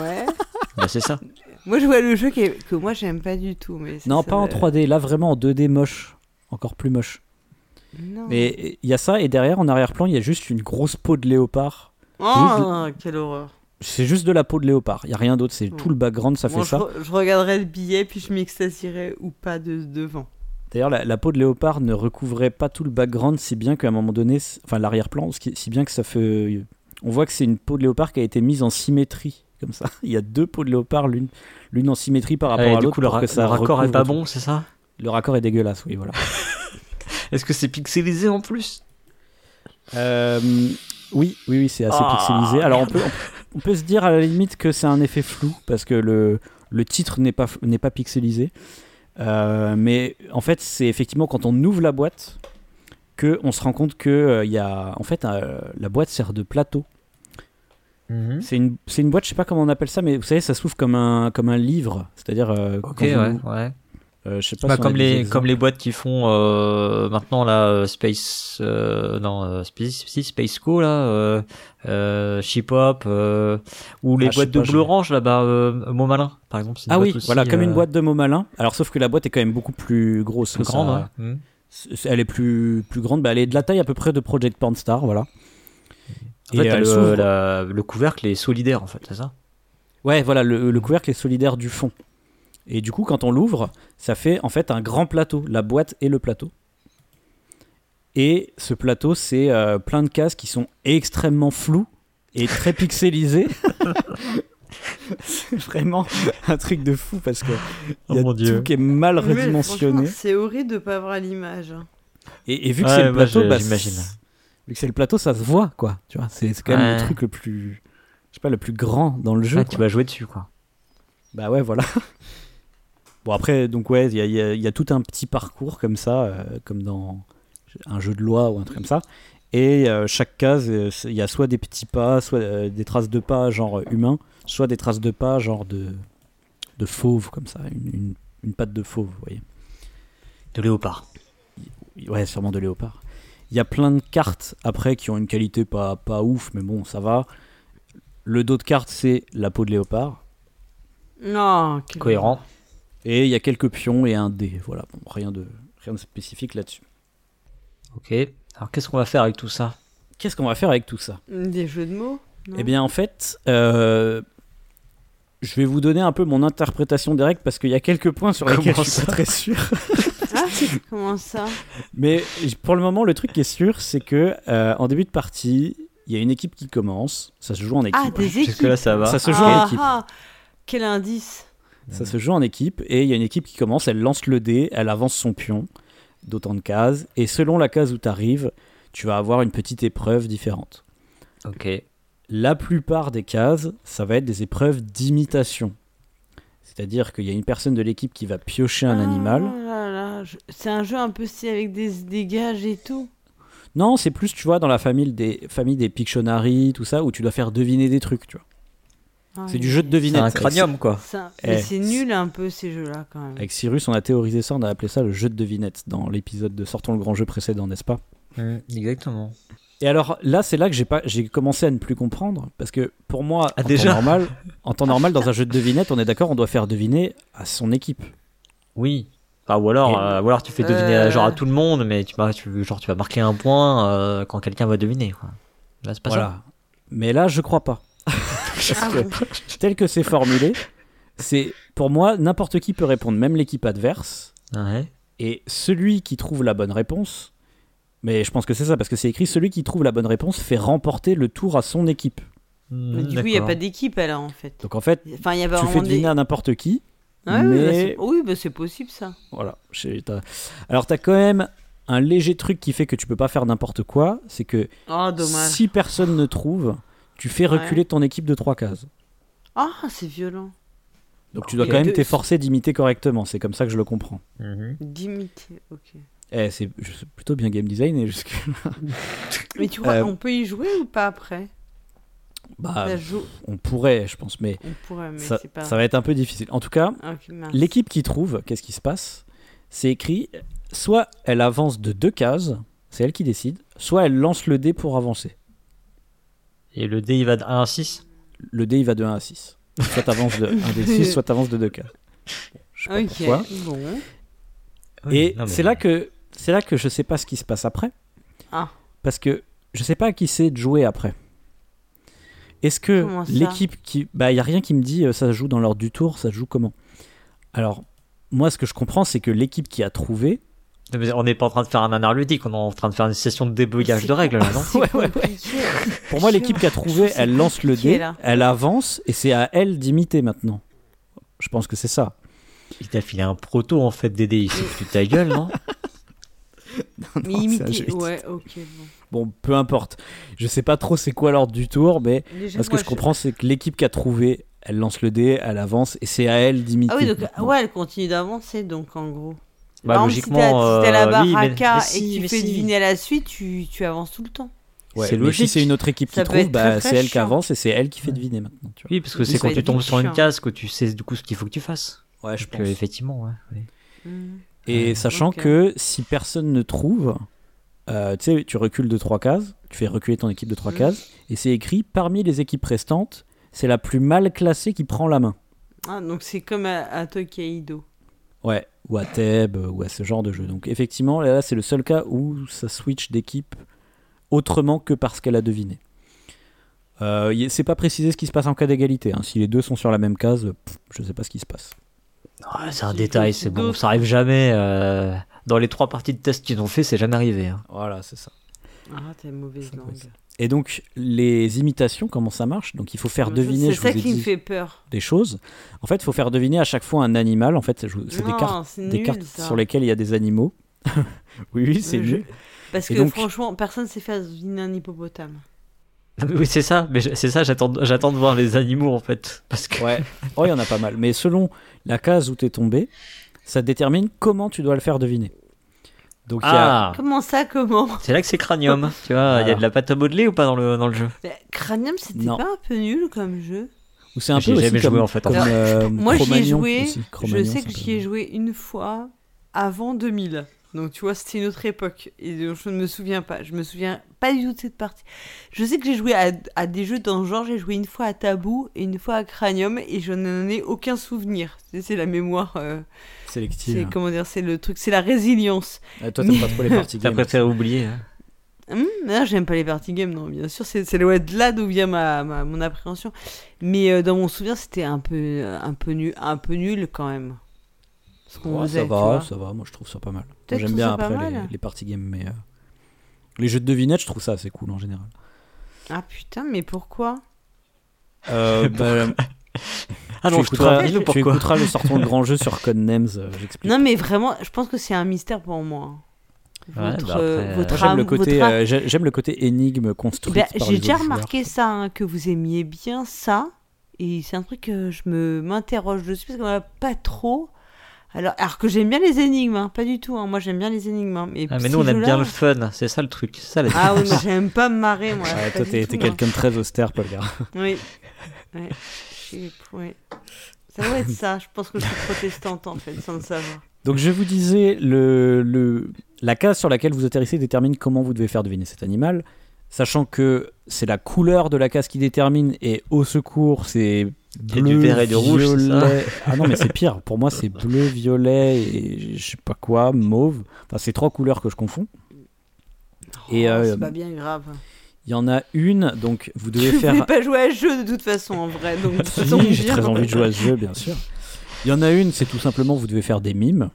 Ouais.
Bah c'est ça.
moi, je vois le jeu qui est- que moi, j'aime pas du tout. Mais ça,
Non,
ça
pas en
me-
3D, là vraiment en 2D moche, encore plus moche.
Non.
Mais il y a ça et derrière en arrière-plan, il y a juste une grosse peau de léopard.
Oh, quelle horreur.
C'est juste de la peau de léopard, il y a rien d'autre, c'est tout le background, ça fait
Bon, Mm. je,
ça.
re- je regarderai le billet, puis je m'extasierai ou pas de devant.
D'ailleurs, la, la peau de léopard ne recouvrait pas tout le background, si bien qu'à un moment donné, c- enfin l'arrière-plan, ce qui- si bien que ça fait. On voit que c'est une peau de léopard qui a été mise en symétrie, comme ça. Il y a deux peaux de léopard, l'une l'une en symétrie par rapport
Et
à
du
l'autre.
coup, le,
pour
ra-
que ça
le raccord est
recouvre
pas
tout.
bon, c'est ça
Le raccord est dégueulasse, oui, voilà.
Est-ce que c'est pixelisé en plus
Euh, oui, oui, oui, c'est assez
Ah,
pixelisé. Alors on peut, on peut se dire à la limite que c'est un effet flou parce que le, le titre n'est pas, n'est pas pixelisé. Euh, mais en fait, c'est effectivement quand on ouvre la boîte que on se rend compte que euh, il y a, en fait, euh, la boîte sert de plateau.
Hmm.
C'est une, c'est une boîte, je sais pas comment on appelle ça, mais vous savez, ça s'ouvre comme un, comme un livre, c'est-à-dire. euh,
Ok,
quand
ouais,
vous-
ouais.
euh, je sais pas.
Bah,
si on a
comme,
des
les,
exemples.
comme les boîtes qui font euh, maintenant là, euh, Space. euh, non, euh, Space, si, Space Co, là, euh, euh, Ship Hop, euh, ou les
Ah,
boîtes
Ship
de
Hop,
Bleu
je-
Orange là-bas, euh, Mont Malin, par exemple. c'est une
Ah oui,
boîte aussi,
voilà, comme une
euh,
boîte de mots malins. Alors sauf que la boîte est quand même beaucoup plus grosse.
plus
ça-
grande, ouais. Mhm.
C'est- Elle est plus, plus grande, bah, elle est de la taille à peu près de Project Pornstar, voilà.
En fait,
Et euh,
t'as
elle
le,
s'ouvre.
la- le couvercle est solidaire, en fait, c'est ça
Ouais, voilà, le, le couvercle est solidaire du fond. Et du coup, quand on l'ouvre, ça fait en fait un grand plateau, la boîte et le plateau. Et ce plateau, c'est euh, plein de cases qui sont extrêmement floues et très pixelisées. c'est vraiment un truc de fou parce que il y a
Oh mon Dieu.
tout qui est mal
Ouais, franchement,
redimensionné.
C'est horrible de pas voir l'image. hein.
Et, et vu que
Ouais,
c'est le
moi,
plateau,
je-
bah,
j'imagine.
c'est- Vu que c'est le plateau, ça se voit, quoi. Tu vois, c'est c'est quand même
Ouais.
le truc le plus, je sais pas, le plus grand dans le jeu.
Ah,
quoi.
tu vas jouer dessus, quoi.
Bah ouais, voilà. bon après, donc ouais, il y a, il y a- il y a tout un petit parcours comme ça, euh, comme dans un jeu de loi ou un truc comme ça. Et euh, chaque case, euh, c'est- il y a soit des petits pas, soit euh, des traces de pas genre euh, humain, soit des traces de pas genre de de fauve comme ça, une, une- une patte de fauve, vous voyez.
De léopard.
Ouais, sûrement de léopard. Il y a plein de cartes après qui ont une qualité pas, pas ouf, mais bon, ça va. Le dos de carte, c'est la peau de léopard.
Non, quel-
Mmh. Cohérent.
Et il y a quelques pions et un dé. Voilà, bon, rien, de, rien de spécifique là-dessus.
Ok. Alors, qu'est-ce qu'on va faire avec tout ça
Qu'est-ce qu'on va faire avec tout ça
Des jeux de mots non
Eh bien, en fait, euh, je vais vous donner un peu mon interprétation des règles parce qu'il y a quelques points sur lesquels
Comment
je suis pas très sûr.
Ah, comment ça
Mais j- pour le moment, le truc qui est sûr, c'est que euh, en début de partie, il y a une équipe qui commence. Ça se joue en
Ah,
équipe.
des
Jusque
équipes
là ça va.
ça se joue en
ah,
équipe.
ah, Quel indice
Ça se joue en équipe et il y a une équipe qui commence, elle lance le dé, elle avance son pion d'autant de cases et selon la case où tu arrives, tu vas avoir une petite épreuve différente.
Ok.
La plupart des cases, ça va être des épreuves d'imitation. C'est-à-dire qu'il y a une personne de l'équipe qui va piocher un
Ah,
animal.
là, là, je- C'est un jeu un peu stylé avec des, des gages et tout.
Non, c'est plus, tu vois, dans la famille des, famille des Pictionary, tout ça, où tu dois faire deviner des trucs, tu vois.
Ah,
C'est du
mais-
jeu de
C'est
devinette.
un cranium quoi.
Ça-
Eh,
mais c'est
c'est-
nul un peu ces jeux-là quand même.
Avec Cyrus, on a théorisé ça, on a appelé ça le jeu de devinette dans l'épisode de Sortons le grand jeu précédent, n'est-ce pas
Mmh, exactement.
Et alors là, c'est là que j'ai pas, j'ai commencé à ne plus comprendre parce que pour moi,
Ah,
en
déjà
temps normal, en temps normal, dans un jeu de devinette, on est d'accord, on doit faire deviner à son équipe.
Oui. Enfin, ou alors,
Et-
euh, ou alors tu fais deviner
Euh.
genre à tout le monde, mais tu vas, tu, genre tu vas marquer un point euh, quand quelqu'un va deviner. Quoi. Là c'est pas
voilà. Mais là, je crois pas. Parce
Ah
que, tel que c'est formulé, c'est pour moi n'importe qui peut répondre, même l'équipe adverse,
ça. Ah Ouais.
et celui qui trouve la bonne réponse. Mais je pense que c'est ça parce que c'est écrit celui qui trouve la bonne réponse fait remporter le tour à son équipe.
Hmm,
Mais du coup, il n'y a pas d'équipe alors en fait.
Donc en fait,
Enfin, il y avait
tu fais
vraiment des.
deviner à n'importe qui,
Ah oui,
mais-
bah, c'est- Oui, bah, c'est possible ça.
Voilà. j'ai- t'as- Alors, tu as quand même un léger truc qui fait que tu peux pas faire n'importe quoi. C'est que
Ah, dommage.
si personne ne trouve, tu fais reculer ton équipe de trois cases.
Ah, c'est violent.
Donc, tu dois
Ok.
quand même
Deux-
t'efforcer d'imiter correctement. C'est comme ça que je le comprends.
Mhm.
D'imiter, ok.
Eh, c'est je sais plutôt bien game design. Et jusque...
Mais tu crois
Euh,
qu'on peut y jouer ou pas après
bah,
Ça joue-
on pourrait, je pense, mais,
On pourrait, mais
ça,
c'est pas.
ça va être un peu difficile. En tout cas,
Ah, ok, mince.
l'équipe qui trouve, qu'est-ce qui se passe C'est écrit soit elle avance de deux cases, c'est elle qui décide, soit elle lance le dé pour avancer.
Et le dé il va de 1 à 6
le dé il va de 1 à 6. Soit t'avances de 1 dé 6, soit t'avances de 2 cases. Bon, je sais pas
Ok,
pourquoi.
bon.
Et c'est là que c'est là que je sais pas ce qui se passe après.
Ah.
Parce que je sais pas à qui c'est de jouer après. Est-ce que
Comment ça
l'équipe qui bah il y a rien qui me dit euh, ça se joue dans l'ordre du tour, ça se joue comment Alors moi ce que je comprends c'est que l'équipe qui a trouvé
Mais On n'est pas en train de faire un nanar ludique, on est en train de faire une session de débogage de règles là, non
C'est
Ouais, ouais, ouais.
compliqué.
pour moi l'équipe qui a
Je
trouvé,
sais
elle
pas
lance le
qui est
dé,
là.
elle avance et c'est à elle d'imiter maintenant. Je pense que c'est ça.
Il t'a filé un proto en fait, Dédé, il s'est foutu de ta gueule, non
Mais
Non, c'est un jeu
imiter,
vidéo.
ouais, ok, bon.
Bon, peu importe. Je sais pas trop c'est quoi l'ordre du tour, mais
Déjà,
ce que
moi,
je comprends, c'est que l'équipe qui a trouvé, elle lance le dé, elle avance, et c'est à elle d'imiter.
Ah oui, donc,
maintenant.
ouais, elle continue d'avancer, donc en gros.
Bah,
Par exemple,
logiquement,
si t'es à la
euh, oui, mais-
baraka
mais si,
et que tu
mais
fais
si.
deviner à la suite, tu, tu avances tout le temps.
Ouais,
c'est
mais
logique.
Si c'est une autre équipe qui
Ça peut
trouve,
être
bah,
très, très
c'est elle qui
chiant.
avance et c'est elle qui fait deviner maintenant. Tu
Oui, parce que
Mais
c'est
ça
quand
va
tu
être
tombes
vite
sur une
chiant.
case que tu sais du coup ce qu'il faut que tu fasses.
vois. Ouais,
Donc, euh, effectivement, ouais. ouais.
Hmm.
Et
Euh,
sachant
ok.
que si personne ne trouve, euh, tu sais, tu recules de trois cases, tu fais reculer ton équipe de trois
Mhm.
cases, et c'est écrit parmi les équipes restantes, c'est la plus mal classée qui prend la main.
Ah, donc c'est comme à, à Tokaido.
Ouais, ou à Thèbes, euh, ou à ce genre de jeu. Donc effectivement, là, là, c'est le seul cas où ça switch d'équipe autrement que parce qu'elle a deviné. Euh, y- c'est pas précisé ce qui se passe en cas d'égalité. hein. Si les deux sont sur la même case, euh, pff, je sais pas ce qui se passe.
Ouais, Ah, c'est un
Si,
détail,
si,
c'est bon,
d'autres-
ça arrive jamais. euh, Dans les trois parties de test qu'ils ont fait, c'est jamais arrivé. hein.
Voilà, c'est ça.
Ah, t'as une mauvaise
Ça doit être
langue.
Et donc, les imitations, comment ça marche Donc, il faut faire
Mais
deviner, je
C'est ça
vous ai
qui me
dit,
fait peur.
des choses. En fait, il faut faire deviner à chaque fois un animal. En fait, je vous- c'est des
Non,
cartes,
c'est
des
nul,
cartes
ça.
sur lesquelles il y a des animaux. oui, oui, c'est
Je-
nul.
Parce
Et
que
donc-
franchement, personne s'est fait deviner un hippopotame. Ah
Non, mais Oui, c'est ça, mais je- c'est ça, j'attends j'attends de voir les animaux en fait. Parce que.
Ouais. Oh, il y en a pas mal. Mais selon la case où t'es tombé, ça détermine comment tu dois le faire deviner. Donc, il y a-
Ah
Comment ça, comment
C'est là que c'est cranium, tu vois, il y a de la pâte à modeler ou pas dans le, dans le jeu
Mais Cranium, c'était
Non.
pas un peu nul comme jeu
ou c'est un
J'ai
peu aussi
jamais
comme,
joué, en fait.
comme,
Alors,
euh,
Moi, j'y ai
Cro-Magnon
joué.
aussi.
Je
Cro-Magnon,
sais
ça
que
peut-
j'y ai joué une fois avant 2000. Donc tu vois, c'était une autre époque. Et donc, je ne me souviens pas. Je me souviens pas du tout de cette partie. Je sais que j'ai joué à, à des jeux dans ce genre. J'ai joué une fois à Tabou et une fois à Cranium et je n'en ai aucun souvenir. C'est c'est la mémoire. euh,
sélective.
c'est comment dire C'est le truc. C'est la résilience.
Ah, hein. toi, t'aimes pas trop les parties
T'as
games.
préféré oublier. hein.
Hum, non, j'aime pas les party games, non, bien sûr, c'est c'est loin de là d'où vient ma, ma- mon appréhension. Mais euh, dans mon souvenir, c'était un peu, un, peu nul, un peu nul quand même. Ce qu'on
Ouais,
faisait,
ça
tu
va,
vois.
ça va. Moi, je trouve ça pas mal. Moi,
Toi, tu
J'aime
trouves
bien
ça pas
après les,
mal
les party games, mais euh, les jeux de devinettes, je trouve ça assez cool en général.
Ah putain, mais pourquoi
Euh, bah,
Ah non,
tu
je te
écouteras-
rappelle
tu
pourquoi.
écouteras le sortant de grand jeu sur Codenames, euh, j'explique.
Non, mais vraiment, je pense que c'est un mystère pour moi.
Ouais,
Votre,
bah après,
euh,
euh,
Moi,
votre
J'aime
âme,
le côté,
votre âme.
euh, j'ai- j'aime le côté énigme
Eh
construite.
ben,
par
J'ai
les
déjà
autres joueurs.
remarqué ça, hein, que vous aimiez bien ça. Et c'est un truc que je me m'interroge dessus parce qu'on a pas trop. Alors, alors que j'aime bien les énigmes, hein, pas du tout. hein, Moi, j'aime bien les énigmes. hein, mais,
Ah, mais
ces
nous, on aime
jeux-là-
bien le fun, c'est ça le truc. c'est Ça, la
Ah oui,
différence.
moi, j'aime pas me marrer, moi.
Ouais,
pas
toi,
du
t'es
tout,
t'es
hein.
quelqu'un de très austère, Paul Gare.
Oui. Ouais. Je sais pas, ouais. Ça doit être ça. Je pense que je suis protestante, en fait, sans le savoir.
Donc, je vous disais, le, le- la case sur laquelle vous atterrissez détermine comment vous devez faire deviner cet animal, sachant que c'est la couleur de la case qui détermine, et au secours, c'est
Il y a
bleu,
du vert et du rouge, c'est ça
violet. ah non, mais c'est pire. Pour moi, c'est bleu, violet et je sais pas quoi, mauve. Enfin, c'est trois couleurs que je confonds. Et,
Oh,
euh,
C'est pas bien grave.
Il y en a une, donc vous devez
Tu
faire.
voulais pas jouer à ce jeu, de toute façon, en vrai. Donc, ça
Si,
tombe
j'ai
bien.
très envie de jouer à ce jeu, bien sûr. Il y en a une, c'est tout simplement vous devez faire des mimes.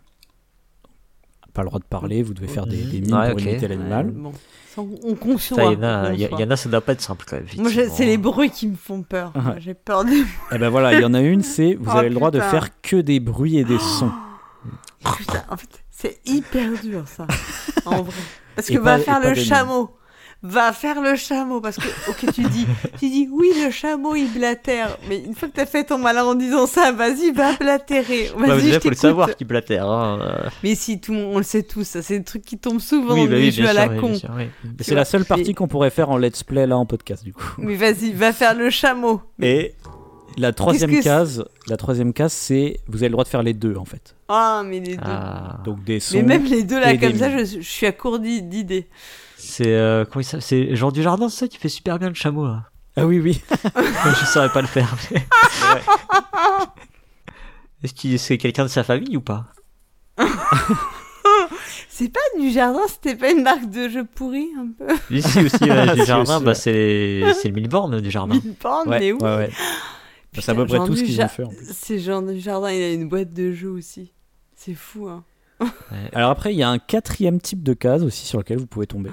Pas le droit de parler, vous devez faire des, des mimes
Ouais,
pour
ok.
imiter l'animal.
Ouais, bon. Ça, on- on conçoit.
Ça, il y en
on
a- il y,
conçoit.
il y en a, ça doit pas être simple quand même.
Moi, j'ai- c'est les
effectivement.
bruits qui me font peur.
Ouais.
J'ai peur des.
Et ben voilà, il y en a une, c'est vous
Oh,
avez le droit de
putain. Oh,
faire que des bruits et des sons.
Putain, en fait, c'est hyper dur ça. En vrai. Parce
Et
que
pas-
va faire
et pas
le
des mimes.
chameau. Va faire le chameau. Parce que, ok, tu dis, tu dis, oui, le chameau, il blatère. Mais une fois que t'as fait ton malin en disant ça, vas-y, va blatérer. Vas-y,
Bah,
je
déjà, faut le
t'écoute.
savoir qui blatère. Hein. euh.
Mais si, tout le monde, on le sait tous, ça, c'est des trucs qui tombent souvent dans
bah
les jeux à la
oui,
con.
sûr, oui.
Et C'est la seule partie
Mais-
qu'on pourrait faire en let's play là en podcast du coup.
Mais vas-y, va faire le chameau.
Et la
que
troisième
c'est
case, la troisième case, c'est vous avez le droit de faire les deux en fait.
Ah, mais les deux.
Ah.
Donc des sons.
mais même les deux là,
et des
comme ça,
mimes.
je, je suis à court d'i- d'idées.
C'est euh, comment il s'appelle C'est Jean du Jardin, c'est ça qui fait super bien le chameau là.
Ah oui oui.
je saurais pas le faire. mais- Est-ce qu'il c'est quelqu'un de sa famille ou pas
C'est pas du jardin, c'était pas une marque de jeu pourri un peu.
Ici aussi, ouais,
Si,
du jardin,
aussi, ouais.
bah, c'est les- c'est le Milborn du jardin.
Mille bornes,
Ouais,
mais
ouais,
où
ouais. C'est à peu près
Jean
tout ce
du
qu'ils
Ja-
ont fait. en plus.
C'est Jean du Jardin, il a une boîte de jeux aussi. C'est fou, hein.
Alors après, il y a un quatrième type de case aussi sur lequel vous pouvez tomber.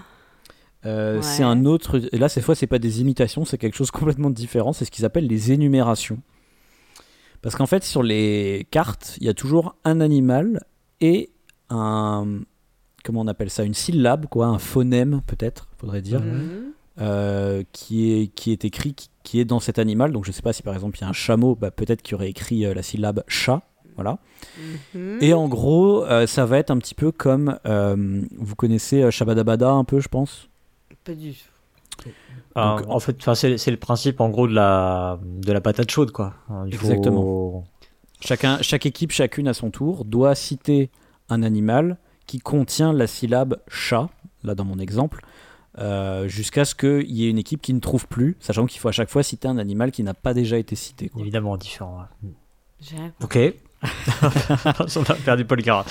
Euh,
Ouais.
C'est un autre. et Là, cette fois, c'est pas des imitations, c'est quelque chose de complètement différent. C'est ce qu'ils appellent les énumérations. Parce qu'en fait, sur les cartes, il y a toujours un animal et un. Comment on appelle ça Une syllabe, quoi, un phonème, peut-être, faudrait dire,
Mhm.
euh, qui, est, qui est écrit, qui, qui est dans cet animal. Donc, je sais pas si par exemple, il y a un chameau, bah, peut-être qu'il aurait écrit euh, la syllabe chat. Voilà.
Mhm.
Et en gros, euh, ça va être un petit peu comme. euh, vous connaissez euh, Shabadabada un peu, je pense
Pas du tout.
Ah,
Donc,
en fait, enfin, c'est c'est le principe en gros de la, de la patate chaude quoi. Hein, Il faut-
Exactement. Chacun, Chaque équipe, chacune à son tour, doit citer un animal qui contient la syllabe chat, là dans mon exemple, euh, jusqu'à ce qu'il y ait une équipe qui ne trouve plus, sachant qu'il faut à chaque fois citer un animal qui n'a pas déjà été cité. quoi.
Évidemment différent. ouais.
J'ai rien
Ok. On a perdu Paul Gara.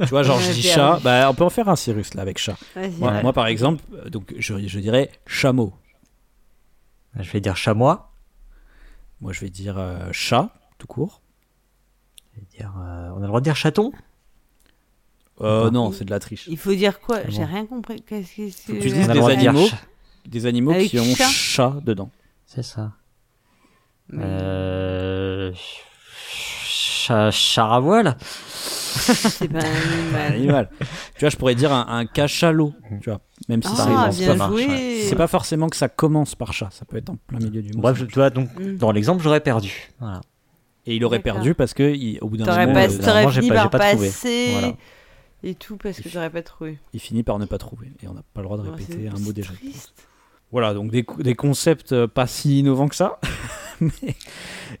tu vois, genre
Ouais,
je dis
perdu.
chat, bah, on peut en faire un Cyrus là avec chat.
Vas-y.
Moi,
Ouais.
moi, par exemple, euh, donc, je, je dirais chameau.
Je vais dire chamois.
Moi je vais dire euh, chat, tout court.
Je vais dire, euh, on a le droit de dire chaton
Euh,
Bah.
non, c'est de la triche.
Il faut dire quoi
C'est
J'ai
bon.
rien compris. Qu'est-ce que c'est
Faut que
On
tu
a
dises
le
des
droit de dire
animaux.
chat.
Des animaux
Avec
qui ont
chat.
chat dedans.
C'est ça.
Mais-
Euh... Cha char à voile
C'est pas un
Un
animal.
animal. tu vois, je pourrais dire un, un cachalot, tu vois. Même si ça
Ah,
commence
bien
pas par-
joué.
C'est pas forcément que ça commence par chat, ça peut être en plein milieu du monde.
Bref, je- tu vois, donc
Mm.
dans l'exemple, j'aurais perdu. Voilà.
Et il aurait
D'accord.
perdu parce que il- au bout d'un
T'aurais
moment,
pas,
euh,
non,
t'aurais
moi, j'ai
fini
pas- j'ai
par
pas trouvé.
passer
Voilà.
et tout parce que t'aurais pas trouvé.
il finit par ne pas trouver et on n'a pas le droit de
Ouais,
répéter
Oh, c'est-
un mot
c'est
déjà.
triste.
Voilà, donc des, co- des concepts euh, pas si innovants que ça.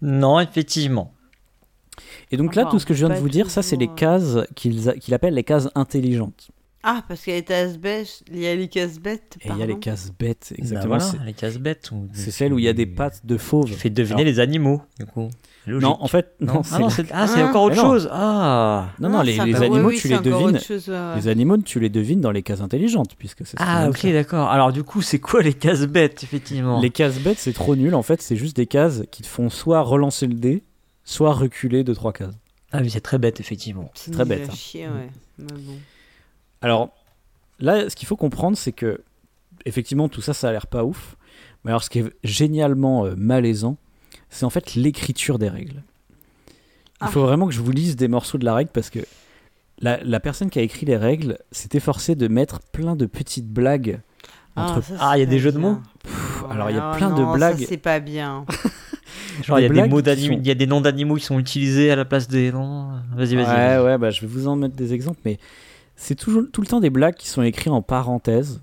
Non, effectivement.
Et donc là,
Enfin,
tout ce que je viens de
pas
vous dire, ça, c'est les
toujours, euh.
cases qu'ils a- qu'il appelle les cases intelligentes.
Ah, parce qu'il y a les casse-bêtes. Il y a les casse-bêtes.
Et il y a les cases bêtes,
Bah
exactement.
voilà,
c'est-
les casse-bêtes. on-
C'est celle où il y a des pattes de fauve.
Tu fais deviner
Alors-
les animaux, du coup. Logique.
Non, en fait, non,
ah,
c'est
non,
la-
c'est ah, c'est
Ah,
encore autre
mais non.
chose. Ah.
non, non,
Ah,
les,
c'est
les
encore-
animaux,
oui, oui,
tu
c'est
les
encore autre
devines.
chose, ouais, ouais.
Les animaux, tu les devines dans les cases intelligentes, puisque c'est ce qu'on
Ah
aime
ok
faire.
d'accord. Alors du coup c'est quoi les cases bêtes effectivement
Les cases bêtes, c'est trop nul. En fait, c'est juste des cases qui te font soit relancer le dé, soit reculer deux trois cases.
Ah oui c'est très bête effectivement.
C'est
très
nul à
bête, hein.
chier, ouais. Mais bon.
Alors là, ce qu'il faut comprendre, c'est que effectivement tout ça, ça a l'air pas ouf. Mais alors, ce qui est génialement euh, malaisant, c'est en fait l'écriture des règles. Il
Ah.
faut vraiment que je vous lise des morceaux de la règle parce que la, la personne qui a écrit les règles s'est efforcée de mettre plein de petites blagues entre.
ça,
Ah,
c'est
il y a
pas
des jeux de
bien.
mots
Pff, alors, il y a
Ah,
plein de
non, ça,
blagues.
C'est pas bien.
Genre il y a
Des
des
blagues
mots
qui
d'animaux,
sont-
il y a des noms d'animaux qui sont utilisés à la place des noms. Vas-y vas-y.
Ouais, ouais, bah, je vais vous en mettre des exemples, mais c'est toujours tout le temps des blagues qui sont écrites en parenthèses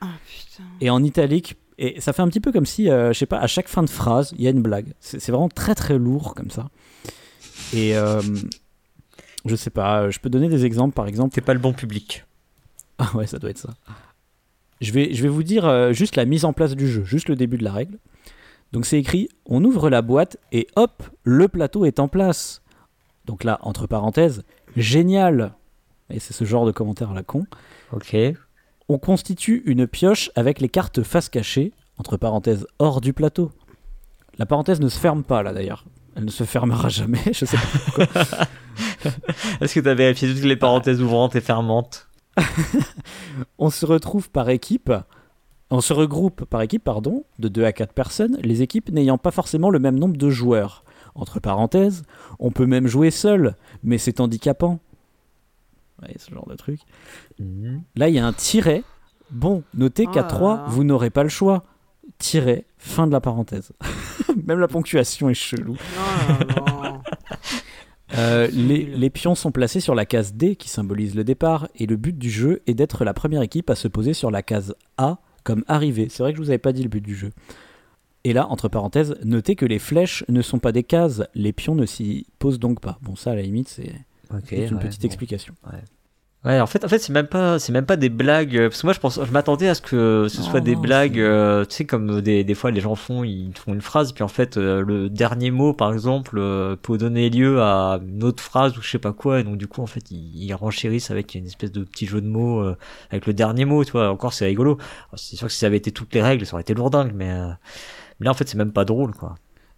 Ah putain.
et en italique. Et ça fait un petit peu comme si, euh, je sais pas, à chaque fin de phrase, il y a une blague. C'est c'est vraiment très très lourd comme ça. Et euh, je sais pas, euh, je peux donner des exemples par exemple.
T'es pas le bon public.
Ah ouais, ça doit être ça. Je vais, je vais vous dire euh, juste la mise en place du jeu, juste le début de la règle. Donc c'est écrit, on ouvre la boîte et hop, le plateau est en place. Donc là, entre parenthèses, génial. Et c'est ce genre de commentaire à la con.
Ok.
On constitue une pioche avec les cartes face cachée, entre parenthèses, hors du plateau. La parenthèse ne se ferme pas là d'ailleurs. Elle ne se fermera jamais, je sais pas.
Est-ce que t'as vérifié toutes les
Bah.
parenthèses ouvrantes et fermantes
On se retrouve par équipe, on se regroupe par équipe, pardon, de 2 à 4 personnes, les équipes n'ayant pas forcément le même nombre de joueurs. Entre parenthèses, on peut même jouer seul, mais c'est handicapant. Ouais, ce genre de truc. Là, il y a un tiret. Bon, notez
Oh
qu'à
là
3,
là.
vous n'aurez pas le choix. Tiret, fin de la parenthèse. même la ponctuation est chelou.
Non, non, non.
Euh, les,
nul.
les pions sont placés sur la case D qui symbolise le départ et le but du jeu est d'être la première équipe à se poser sur la case A comme arrivée. C'est vrai que je vous avais pas dit le but du jeu. Et là, entre parenthèses, notez que les flèches ne sont pas des cases, les pions ne s'y posent donc pas. Bon, ça à la limite, c'est
Ok.
juste une
ouais,
petite
bon.
explication.
Ouais, en fait, en fait, c'est même pas, c'est même pas des blagues. euh, Parce que moi, je pense, je m'attendais à ce que ce soit
Non,
des
non,
blagues.
c'est-
euh, tu sais, comme des, des fois les gens font, ils font une phrase, puis en fait, euh, le dernier mot, par exemple, euh, peut donner lieu à une autre phrase ou je sais pas quoi. Et donc, du coup, en fait, ils, ils renchérissent avec une espèce de petit jeu de mots euh, avec le dernier mot. Tu vois, encore, c'est rigolo. Alors, C'est sûr que si ça avait été toutes les règles, ça aurait été lourdingue, mais, euh, mais là, en fait, c'est même pas drôle, quoi.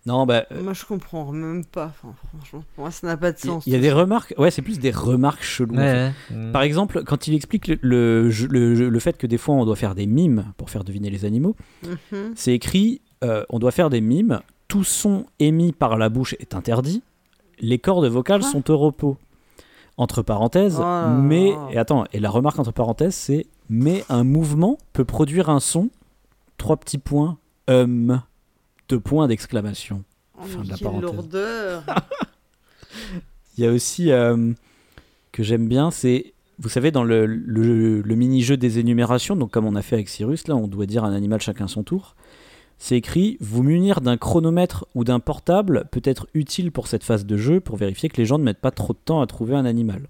Non, bah, euh,
Moi, je comprends même pas. Enfin, franchement, pour moi, ça n'a pas de
il
sens.
y, a des remarques. Ouais, c'est plus des remarques cheloues. en fait.
Mm.
Par exemple, quand il explique le- le, jeu- le- le fait que des fois on doit faire des mimes pour faire deviner les animaux,
Mhm.
C'est écrit euh, on doit faire des mimes, tout son émis par la bouche est interdit, les cordes vocales
Quoi
sont au repos. Entre parenthèses,
Oh là
mais.
là.
Et attends, et la remarque entre parenthèses, c'est mais un mouvement peut produire un son, trois petits points, hum, deux points d'exclamation.
Oh,
Fin
mais
de la
quelle
parenthèse.
lourdeur.
Il y a aussi euh, que j'aime bien, c'est vous savez dans le, le- le mini-jeu des énumérations, donc comme on a fait avec Cyrus, là on doit dire un animal chacun son tour. C'est écrit vous munir d'un chronomètre ou d'un portable peut être utile pour cette phase de jeu pour vérifier que les gens ne mettent pas trop de temps à trouver un animal.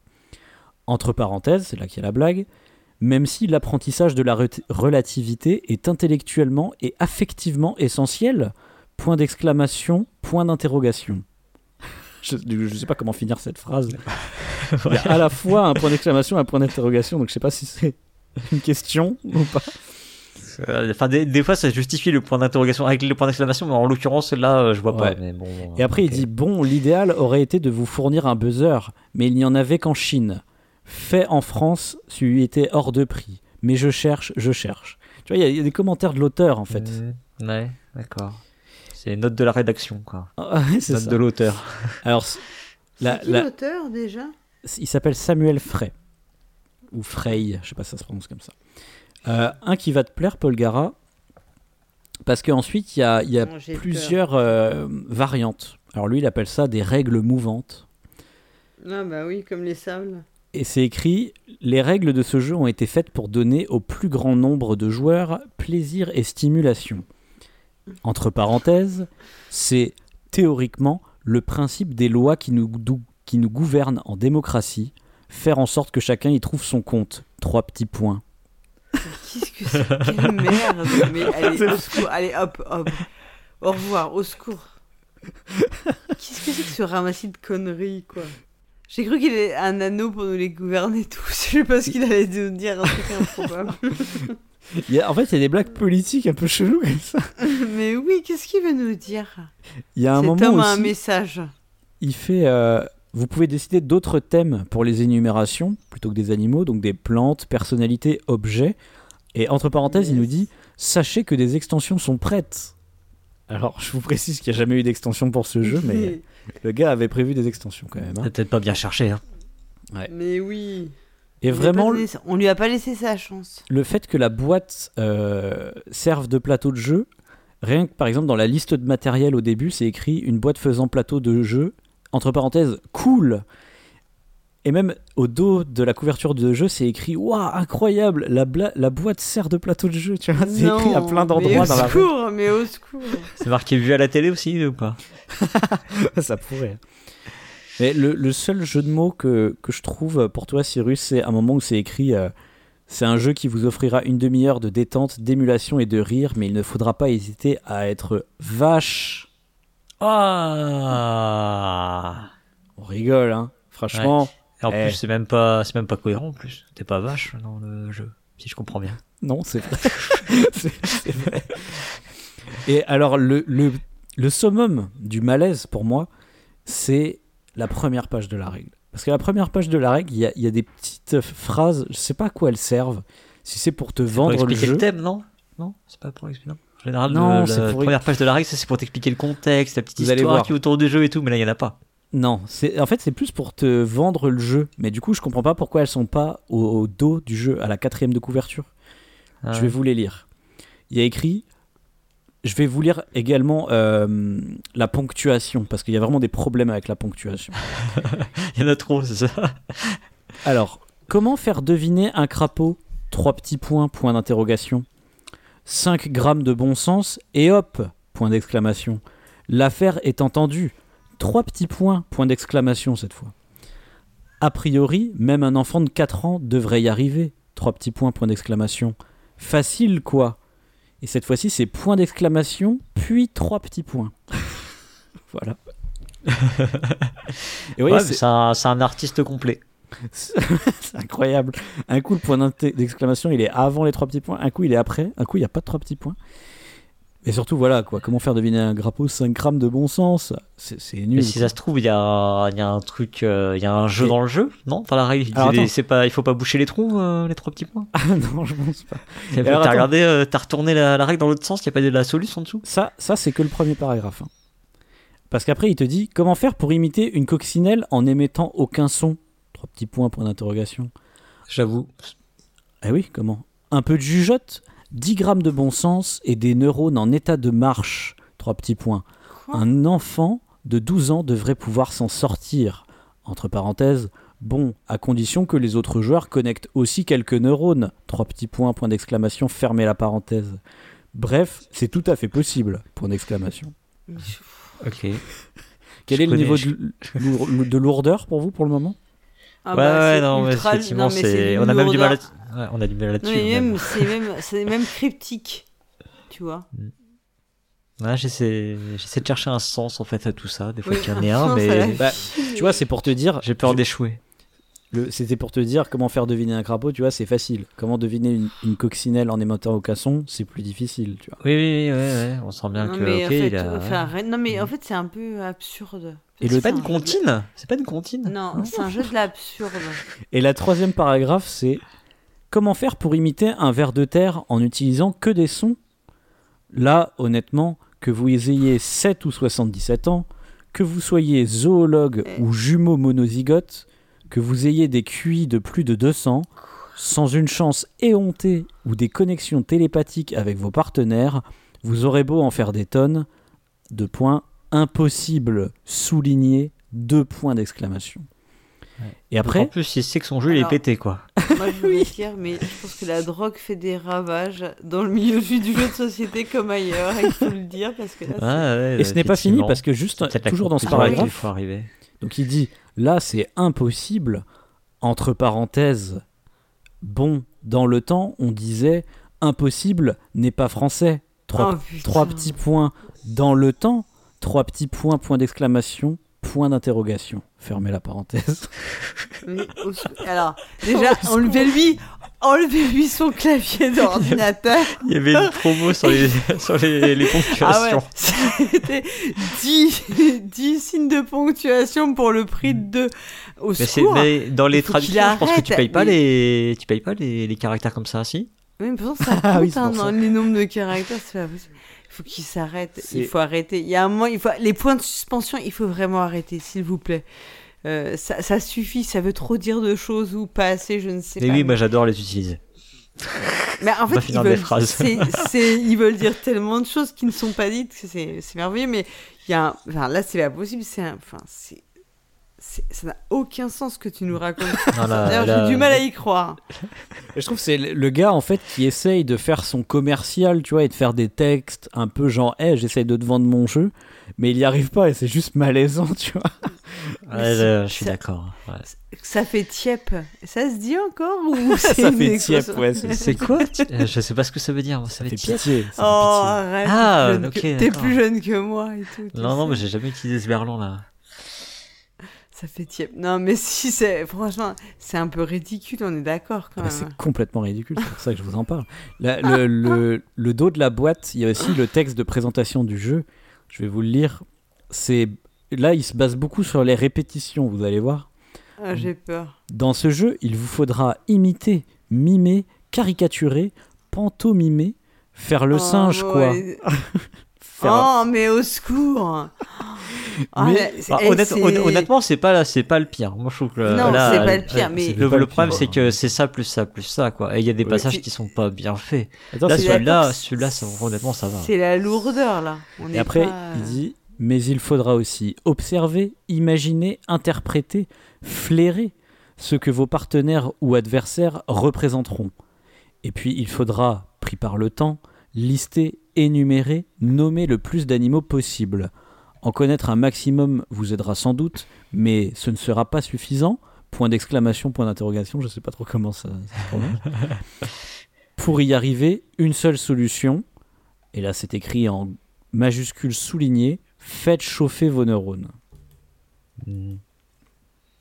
Entre parenthèses, c'est là qu'il y a la blague. Même si l'apprentissage de la re- relativité est intellectuellement et affectivement essentiel, point d'exclamation, point d'interrogation. Je ne sais pas comment finir cette phrase. Il y a à la fois un point d'exclamation et un point d'interrogation, donc je sais pas si c'est une question ou pas.
Euh, Enfin, des, des fois, ça justifie le point d'interrogation avec le point d'exclamation, mais en l'occurrence, là, euh, je vois pas.
Ouais.
Mais bon,
Et après,
ok.
il dit Bon, l'idéal aurait été de vous fournir un buzzer, mais il n'y en avait qu'en Chine. Fait en France, celui était hors de prix. Mais je cherche, je cherche. Tu vois, il y a- il y, a des commentaires de l'auteur en fait.
Mm, ouais, d'accord. C'est les notes de la rédaction, quoi.
Ah, ouais, c'est
Notes
ça.
de l'auteur.
Alors, c- la-
C'est qui
la-
l'auteur déjà
il s'appelle Samuel Frey. Ou Frey, je sais pas si ça se prononce comme ça. Euh, un qui va te plaire, Paul Gara, parce qu'ensuite, il y a, il y a
Non, j'ai
plusieurs euh, variantes. Alors lui, il appelle ça des règles mouvantes.
Ah bah oui, comme les sables.
Et c'est écrit Les règles de ce jeu ont été faites pour donner au plus grand nombre de joueurs plaisir et stimulation. Entre parenthèses, c'est théoriquement le principe des lois qui nous, dou- qui nous gouvernent en démocratie, faire en sorte que chacun y trouve son compte. Trois petits points.
Qu'est-ce que c'est Quelle merde Mais allez, au secours, allez, hop, hop. Au revoir, au secours. Qu'est-ce que c'est que ce ramassis de conneries, quoi J'ai cru qu'il est un anneau pour nous les gouverner tous. Je sais pas ce qu'il allait nous dire, un truc improbable.
Il y a- en fait, il y a des blagues politiques un peu cheloues comme ça.
Mais oui, qu'est-ce qu'il veut nous dire
Il y a un
Cet
moment
homme a un
aussi,
message.
il fait. euh, vous pouvez décider d'autres thèmes pour les énumérations plutôt que des animaux, donc des plantes, personnalités, objets. Et entre parenthèses, il
Yes.
nous dit sachez que des extensions sont prêtes. Alors, je vous précise qu'il n'y a jamais eu d'extension pour ce jeu, mais le gars avait prévu des extensions quand même. hein.
T'as peut-être pas bien cherché. Hein.
Mais oui.
Et
On lui a
vraiment,
pas donné- On lui a pas laissé sa chance.
le fait que la boîte euh, serve de plateau de jeu, rien que par exemple dans la liste de matériel au début, c'est écrit une boîte faisant plateau de jeu, entre parenthèses, cool. Et même au dos de la couverture de jeu, c'est écrit Waouh, incroyable La, bla- la boîte sert de plateau de jeu, tu vois, c'est
Non,
écrit à plein
mais
d'endroits
au
dans la
secours, mais au secours.
C'est marqué vu à la télé aussi ou pas
Ça pourrait. hein. Mais le, le seul jeu de mots que, que je trouve pour toi, Cyrus, c'est un moment où c'est écrit euh, C'est un jeu qui vous offrira une demi-heure de détente, d'émulation et de rire, mais il ne faudra pas hésiter à être vache.
Ah
On rigole, hein Franchement,
Et En
Eh.
plus, c'est même pas, c'est même pas cohérent en plus. T'es pas vache dans le jeu, si je comprends bien.
non, c'est vrai. C'est- c'est vrai. Et alors, le, le, le summum du malaise pour moi, c'est la première page de la règle. Parce que la première page de la règle, il y a, il y a des petites phrases, je sais pas à quoi elles servent. Si c'est pour te
Pour
vendre le
expliquer
jeu.
le thème, non Non, c'est pas pour expliquer. non En général,
Non,
le-
c'est
la
pour-
première page de la règle, ça, c'est pour t'expliquer le contexte, la petite
Vous allez
histoire
voir.
qui est autour du jeu et tout, mais là, il y en a pas.
Non, c'est en fait c'est plus pour te vendre le jeu. Mais du coup, je comprends pas pourquoi elles sont pas au, au dos du jeu, à la quatrième de couverture.
Ah.
Je vais vous les lire. Il y a écrit. Je vais vous lire également euh, la ponctuation parce qu'il y a vraiment des problèmes avec la ponctuation.
Il y en a trop, c'est ça
Alors, comment faire deviner un crapaud Trois petits points, point d'interrogation. 5 grammes de bon sens et hop, point d'exclamation. L'affaire est entendue. Trois petits points, point d'exclamation cette fois. A priori, même un enfant de 4 ans devrait y arriver. Trois petits points, point d'exclamation. Facile quoi Et cette fois-ci, c'est point d'exclamation, puis trois petits points. voilà. et
Ouais,
voyez,
mais
c'est-
c'est un, c'est un artiste complet.
c'est incroyable. Un coup, le point d'inté- d'exclamation, il est avant les trois petits points. Un coup, il est après. Un coup, il n'y a pas de trois petits points. Et surtout, voilà, quoi. Comment faire deviner un grappeau 5 grammes de bon sens C'est c'est
Mais
nul.
si ça se trouve, il y a, il y a un truc, euh, il y a un jeu
Et-
dans le jeu, non Enfin, la règle, il
Alors,
disait,
attends.
c'est pas, il faut pas boucher les trous, euh, les trois petits points.
Ah non, je pense pas.
T'as
alors, attends.
regardé, euh, t'as retourné la, la règle dans l'autre sens, il n'y a pas de la solution en dessous
Ça, ça c'est que le premier paragraphe. hein. Parce qu'après, il te dit comment faire pour imiter une coccinelle en émettant aucun son Trois petits points, point d'interrogation.
J'avoue.
Eh oui, comment Un peu de jugeote 10 grammes de bon sens et des neurones en état de marche. Trois petits points.
Quoi
Un enfant de 12 ans devrait pouvoir s'en sortir. Entre parenthèses, bon, à condition que les autres joueurs connectent aussi quelques neurones. Trois petits points, point d'exclamation, fermez la parenthèse. Bref, c'est tout à fait possible, point d'exclamation.
Mais je-
Ok.
Quel
Je
est le
connais-
niveau
je-
de, lour- de lourdeur pour vous pour le moment
Ah
ouais,
bah,
ouais,
c'est
non, mais
ultra-
effectivement,
non, mais
c'est,
du
on a même du mal
lourdeur.
là-dessus. Ouais, on a du mal
Non,
là-dessus.
mais
même.
même, c'est même, c'est même cryptique, tu vois.
Ouais, j'essaie, j'essaie de chercher un sens en fait à tout ça. Des fois,
Oui,
qu'il y en
un
ait un,
sens à la
mais
Bah,
vie.
Tu vois, c'est pour te dire,
j'ai peur d'échouer.
le- c'était pour te dire comment faire deviner un crapaud, tu vois, c'est facile. Comment deviner une, une coccinelle en émettant au casson, c'est plus difficile, tu vois.
Oui, oui, oui, ouais, ouais. on sent bien
non,
que.
euh,
mais
ok,
en fait,
il a.
enfin, arrête. Non, mais en fait, c'est un peu absurde.
Et le- Ben Ah,
C'est un
C'est pas une
jeu de-
comptine C'est pas une comptine
Non, c'est un jeu de l'absurde.
Et la troisième paragraphe, c'est Comment faire pour imiter un ver de terre en utilisant que des sons Là, honnêtement, que vous ayez 7 ou 77 ans, que vous soyez zoologue ou jumeau monozygote, que vous ayez des QI de plus de 200, sans une chance éhontée ou des connexions télépathiques avec vos partenaires, vous aurez beau en faire des tonnes, de points impossible, souligné, deux points d'exclamation. Et
En
après,
plus, il sait que son jeu, il est
Alors-
pété quoi.
Moi, je voulais dire, mais je pense que la drogue fait des ravages dans le milieu du du jeu de société comme ailleurs, et il faut le dire, parce que là, c'est-
Et ce n'est pas fini parce que juste toujours dans ce paragraphe,
faut arriver.
donc il dit là c'est impossible entre parenthèses. Bon, dans le temps, on disait impossible n'est pas français. Trois,
Oh, putain.
trois petits points dans le temps Trois petits points, point d'exclamation, point d'interrogation. Fermez la parenthèse.
Mais au sou- Alors, déjà, enlevez-lui enlevez-lui son clavier d'ordinateur.
Il y avait une promo sur les, sur les, les ponctuations.
Ah ouais, c'était 10, 10 signes de ponctuation pour le prix
Mm.
de deux. Au
Mais, c'est-
secours.
mais dans les
Il faut qu'il
traductions, je pense que tu
arrête,
payes pas
mais-
les, tu payes pas les, les caractères comme ça, si
Oui, mais pourtant, ça compte,
Ah oui, c'est
hein,
pour
dans
ça.
les nombres de caractères, c'est pas possible. Il faut qu'il s'arrête,
C'est-
il faut arrêter. Il y a un moment, il faut... les points de suspension, il faut vraiment arrêter, s'il vous plaît. Euh, ça, ça suffit, ça veut trop dire de choses ou pas assez, je ne sais
Mais
pas.
oui, moi j'adore les utiliser.
Mais en
On
fait,
va
ils
finir des
veulent,
phrases.
c'est- c'est- ils veulent dire tellement de choses qui ne sont pas dites que c'est c'est merveilleux. Mais il y a un- enfin, là, c'est pas possible. c'est un- Enfin, c'est- c'est- ça n'a aucun sens ce que tu nous racontes.
Non, là-
D'ailleurs,
là-
j'ai du mal à y croire.
Et je trouve que c'est le le gars en fait qui essaye de faire son commercial, tu vois, et de faire des textes un peu genre, hey, j'essaye de te vendre mon jeu, mais il y arrive pas et c'est juste malaisant, tu vois.
Ouais,
Mais c'est-
là, je suis
ça-
d'accord. ouais.
Ça fait tiep. Ça se dit encore ou
Ça
c'est une
fait tiep,
expression
ouais, c'est-
C'est quoi ti- euh, Je sais pas ce que ça veut dire. moi, Ça,
ça
veut
fait
dire-
pitié.
Oh,
Ça
arrête.
Ah,
t'es jeune
ok,
que- T'es
d'accord.
plus jeune que moi et tout. tu
Non, non,
sais.
mais j'ai jamais utilisé ce verlan là.
Ça fait tiep. Non, mais si, c'est franchement, c'est un peu ridicule, on est d'accord quand
fait pitié. Ah bah,
même.
c'est complètement ridicule, c'est pour ça que je vous en parle. La- le, le- le dos de la boîte, il y a aussi le texte de présentation du jeu. Je vais vous le lire. C'est là, il se base beaucoup sur les répétitions. Vous allez voir.
Ah, J'ai peur.
Dans ce jeu, il vous faudra imiter, mimer, caricaturer, pantomimer, faire le
Oh,
singe,
ouais,
quoi.
les-
Faire-
Oh, mais au secours Ah,
Mais-
là, c'est-
Bah,
eh,
honnête-
c'est-
hon- honnêtement, c'est pas là, c'est pas le pire. Moi, je trouve que euh,
Non,
là,
c'est pas
euh,
le pire,
euh,
mais-
le,
C'est pas
le
le
problème,
pire. hein.
c'est que c'est ça plus ça plus ça, quoi. Et il y a des
Oui.
passages
C'est-
qui sont pas bien faits.
Attends,
là,
c'est-
c'est la-
celui-là,
époque,
celui-là, ça- honnêtement, ça va.
C'est la lourdeur, là. On
Et
est
après,
pas- euh,
il dit Mais il faudra aussi observer, imaginer, interpréter, flairer ce que vos partenaires ou adversaires représenteront. Et puis, il faudra, pris par le temps, lister, énumérer, nommer le plus d'animaux possible. En connaître un maximum vous aidera sans doute, mais ce ne sera pas suffisant. Point d'exclamation, point d'interrogation, je ne sais pas trop comment ça, ça se prononce. Pour y arriver, une seule solution, et là c'est écrit en majuscule souligné, faites chauffer vos neurones.
Mm.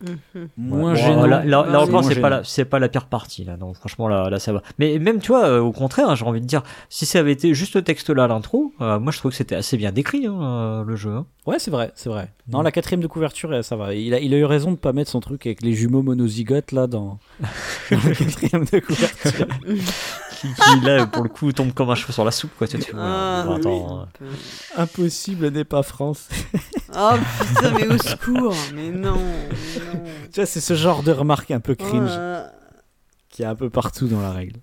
Mhm.
Moins
Ouais.
gênant.
Là, là- là
Non,
encore,
c'est
c'est
moins gênant.
pas, la- c'est pas la pire partie. Là. Donc, franchement, là, là, ça va. Mais même, tu vois, euh, au contraire, hein, j'ai envie de dire, si ça avait été juste le texte-là à l'intro, euh, moi, je trouve que c'était assez bien décrit, hein, euh, le jeu. hein.
Ouais, c'est vrai, c'est vrai.
Mm.
Non, la quatrième de couverture, euh, ça va. Il a, il a eu raison de pas mettre son truc avec les jumeaux monozygotes là dans, dans la quatrième de couverture.
Qui, qui, là, pour le coup, tombe comme un cheveu sur la soupe, quoi. Tu vois,
Ah,
bon, attends,
oui.
euh,
Impossible n'est pas France.
Oh
hein.
putain, mais au secours Mais non, mais non.
tu vois, c'est ce genre de remarque un peu cringe
Euh,
qui est un peu partout dans la règle.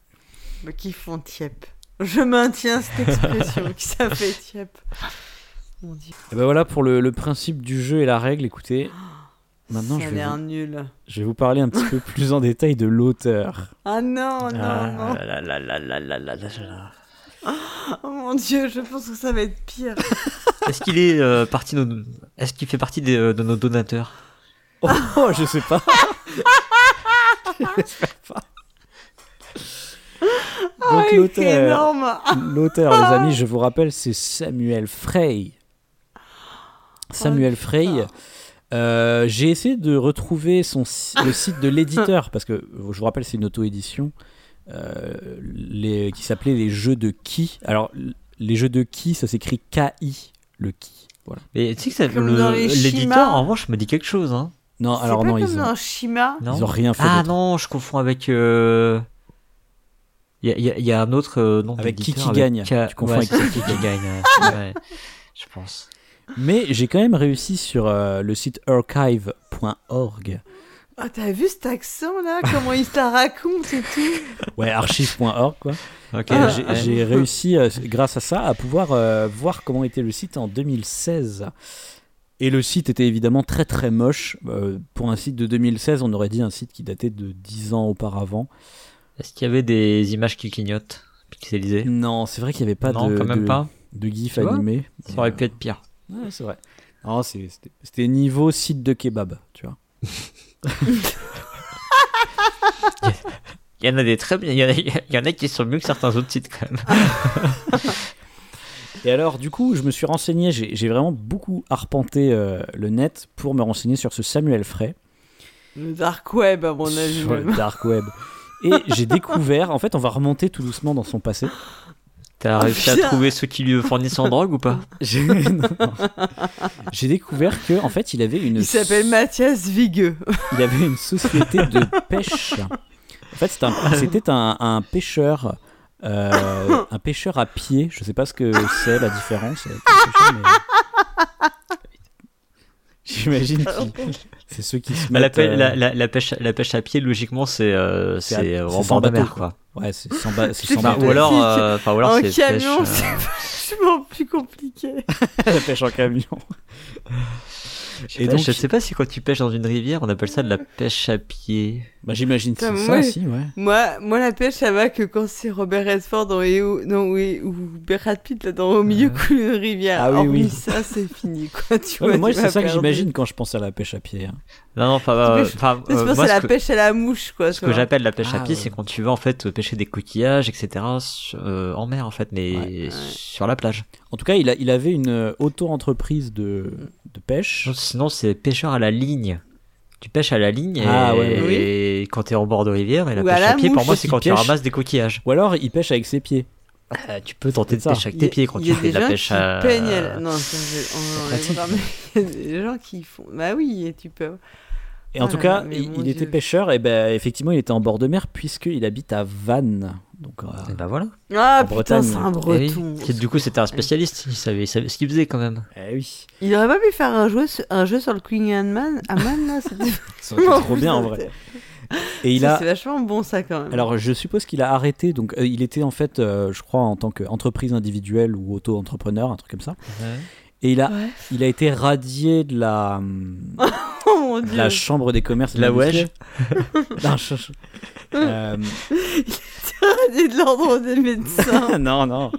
mais qui font tiep. Je maintiens cette expression qui ça fait tiep. Mon dieu.
Et ben voilà pour le, le principe du jeu et la règle. Écoutez, maintenant
ça
je
a
vais,
l'air
vous,
nul.
je vais vous parler un petit peu plus en détail de l'auteur.
Ah non, non,
ah,
non.
là, là, là, là, là, là, là, là.
Oh mon dieu, je pense que ça va être pire.
Est-ce qu'il est euh, parti de- Est-ce qu'il fait partie des, euh, de nos donateurs
Oh, oh, je sais pas. J'espère pas.
Ah,
Donc
il est
l'auteur,
énorme. Ah, Oh,
l'auteur, les amis, je vous rappelle, c'est Samuel Frey. Samuel Frey. Euh, J'ai essayé de retrouver son, si- le site de l'éditeur parce que je vous rappelle, c'est une auto-édition euh, les- qui s'appelait les jeux de qui. Alors les jeux de qui, ça s'écrit K-I, le qui. Voilà.
Mais tu sais que ça-
Comme
le-
dans les
l'éditeur,
Shima.
en revanche, me dit quelque chose, hein.
Non,
C'est
alors
pas
non,
comme
ils ont,
dans Shima.
Non
ils ont rien fait.
Ah
d'autre.
non, je confonds avec. euh, Il y, a- il y a- il y a un autre euh, nom
Avec qui
d'éditeur,
qui
avec
gagne.
Ka-
Tu confonds
Ouais,
avec
c'est qui qui gagne. ouais. Ouais, je pense.
Mais j'ai quand même réussi sur euh, le site archive.org.
Ah, t'as vu cet accent là Comment il te la raconte et tout
Ouais, archive.org quoi.
Ok.
Et
Ah,
j'ai-
ah.
j'ai réussi euh, grâce à ça à pouvoir euh, voir comment était le site en 2016. Et le site était évidemment très très moche. Euh, pour un site de 2016, on aurait dit un site qui datait de 10 ans auparavant.
Est-ce qu'il y avait des images qui clignotent, pixelisées
Non, c'est vrai qu'il n'y avait pas
Non,
de,
quand même
de,
pas.
de gif
Tu vois
animé. Euh,
Ça aurait pu être pire.
Ouais, c'est vrai. Non, c'est- c'était c'était niveau site de kebab, tu vois.
Il y en a des très bien. Il y en a, il y en a qui sont mieux que certains autres sites quand même.
Et alors, du coup, je me suis renseigné, j'ai j'ai vraiment beaucoup arpenté euh, le net pour me renseigner sur ce Samuel Frey,
Le dark web, à mon avis.
sur
même.
le dark web. Et j'ai découvert, en fait, on va remonter tout doucement dans son passé. Ah,
T'as réussi à
putain.
trouver ceux qui lui fournissent en drogue ou pas
J'ai non, non. J'ai découvert que, en fait, il avait une.
Il s'appelle Mathias Vigueux.
il avait une société de pêche. En fait, c'était un, c'était un- un pêcheur. euh, un pêcheur à pied, je sais pas ce que c'est la différence. avec un pêcheur, mais- J'imagine que c'est ceux qui se
Bah,
mettent.
la, pê-
euh,
la- la- la pêche, la pêche à pied, logiquement, c'est euh,
C'est à-
c'est, euh,
c'est
en
sans
bord de mer,
bateau,
quoi.
Ouais, c'est sans, ba- c'est
C'est
sans
pas-
bateau.
Ou
Ouais.
alors,
Si,
euh, enfin, ou alors
en
c'est
camion,
pêche,
c'est
euh,
vachement plus compliqué.
la pêche en camion.
je sais
Et
pas,
donc,
je sais pas si quand tu pêches dans une rivière, on appelle ça de la pêche à pied.
bah, j'imagine que c'est
Putain,
ça,
ouais.
si, ouais.
Moi, moi, la pêche, ça va que quand c'est Robert Redford dans et où- non, oui, ou Brad Pitt là, dans, au milieu coule une rivière.
Ah oui,
Hormis
oui.
ça, c'est fini. Quoi, tu
Ouais,
vois,
mais moi,
tu
c'est
m'as
ça que
perdu.
j'imagine quand je pense à la pêche à pied. hein.
Non, non, enfin, euh,
pêches-
enfin,
C'est
euh,
pour ça,
moi,
c'est
ce
la
que-
pêche à la mouche, quoi.
Ce
tu
que
vois.
j'appelle la pêche à
Ah,
pied,
ouais.
c'est quand tu vas en fait euh, pêcher des coquillages, etc. sur- euh, en mer en fait, mais
Ouais.
Ouais.
sur la plage.
En tout cas, il, a- il avait une euh, auto-entreprise de, de pêche.
Non, Sinon, c'est pêcheur à la ligne. Tu pêches à la ligne et,
Ah, ouais,
ouais.
et quand t'es en bord de rivière et la
Ou à
pêche à,
la
pied, pour
mouche.
moi, c'est quand
Ils
tu
pêchent.
ramasses des coquillages.
Ou alors, il pêche avec ses pieds.
Ah,
Euh, tu peux tenter de
C'est ça.
pêcher avec tes
Il y a-
pieds quand
il y a
tu fais
des
de la
gens
pêche
qui
à.
peignent à la- Non, ça, je- on
pratique.
enlèvera, mais il y a des gens qui font. Bah oui, et tu peux.
Et en
Ah
tout
là
cas,
là, mais
il,
mon
il était
Dieu.
pêcheur, et ben effectivement, il était en bord de mer puisqu'il habite à Vannes. Donc, euh,
Et bah voilà.
Ah
En
putain,
Bretagne,
c'est un
Eh oui.
breton.
Qui, Du coup, c'était un spécialiste. Il savait, il savait ce qu'il faisait quand même.
eh oui,
Il aurait pas pu faire un jeu, sur- un jeu sur le Queen and Man. Ah man, là, c'était
ça aurait été trop bien en vrai. Et il
Ça,
a.
C'est vachement bon, ça, quand même.
Alors, je suppose qu'il a arrêté. Donc, euh, il était en fait, euh, je crois, en tant qu'entreprise individuelle ou auto-entrepreneur, un truc comme ça. Et il a,
Ouais.
il a été radié de la, hum,
Oh mon dieu.
de la chambre des commerces. et
De la
des industries. Non, je- je- euh,
Et de l'ordre des médecins.
non, non.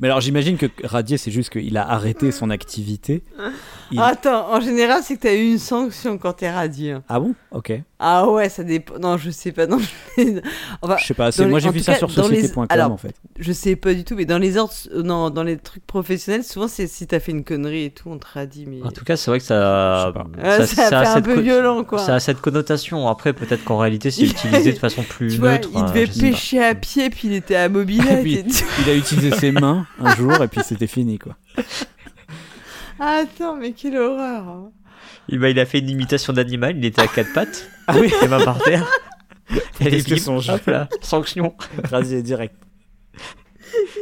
Mais alors, j'imagine que radié, c'est juste qu'il a arrêté son activité. Il-
Attends, en général, c'est que t'as eu une sanction quand t'es radié. hein.
Ah bon Ok.
Ah ouais, ça dépend. Non, je sais pas. Non, je... enfin,
Je sais pas, c'est-
Dans
moi
les-
j'ai
en
vu
tout
ça
cas,
sur
dans les-
société.com
alors-
en fait.
je sais pas du tout, mais dans les ordres, euh, non, dans les trucs professionnels, souvent, c'est si t'as fait une connerie et tout, on te radie. Mais...
En tout cas, c'est vrai que
Je
ça.
sais pas.
Euh, ça,
a
fait un
cette
peu
co-
violent, quoi.
Ça a cette connotation. Après, peut-être qu'en réalité, c'est
Il-
utilisé de façon plus
Tu vois,
neutre.
il
hein,
devait
je sais pas.
pêcher à pied, puis il était à
Et
mobilette.
puis-
et tout.
Il a utilisé ses mains un jour et puis c'était fini quoi.
Attends, mais quelle horreur. hein.
Eh ben, il a fait une imitation d'animal, il était à quatre pattes,
Ah oui,
les mains par terre. Et les
Qu'est-ce que
bim,
son jeu
hop là, sanction.
rasé direct.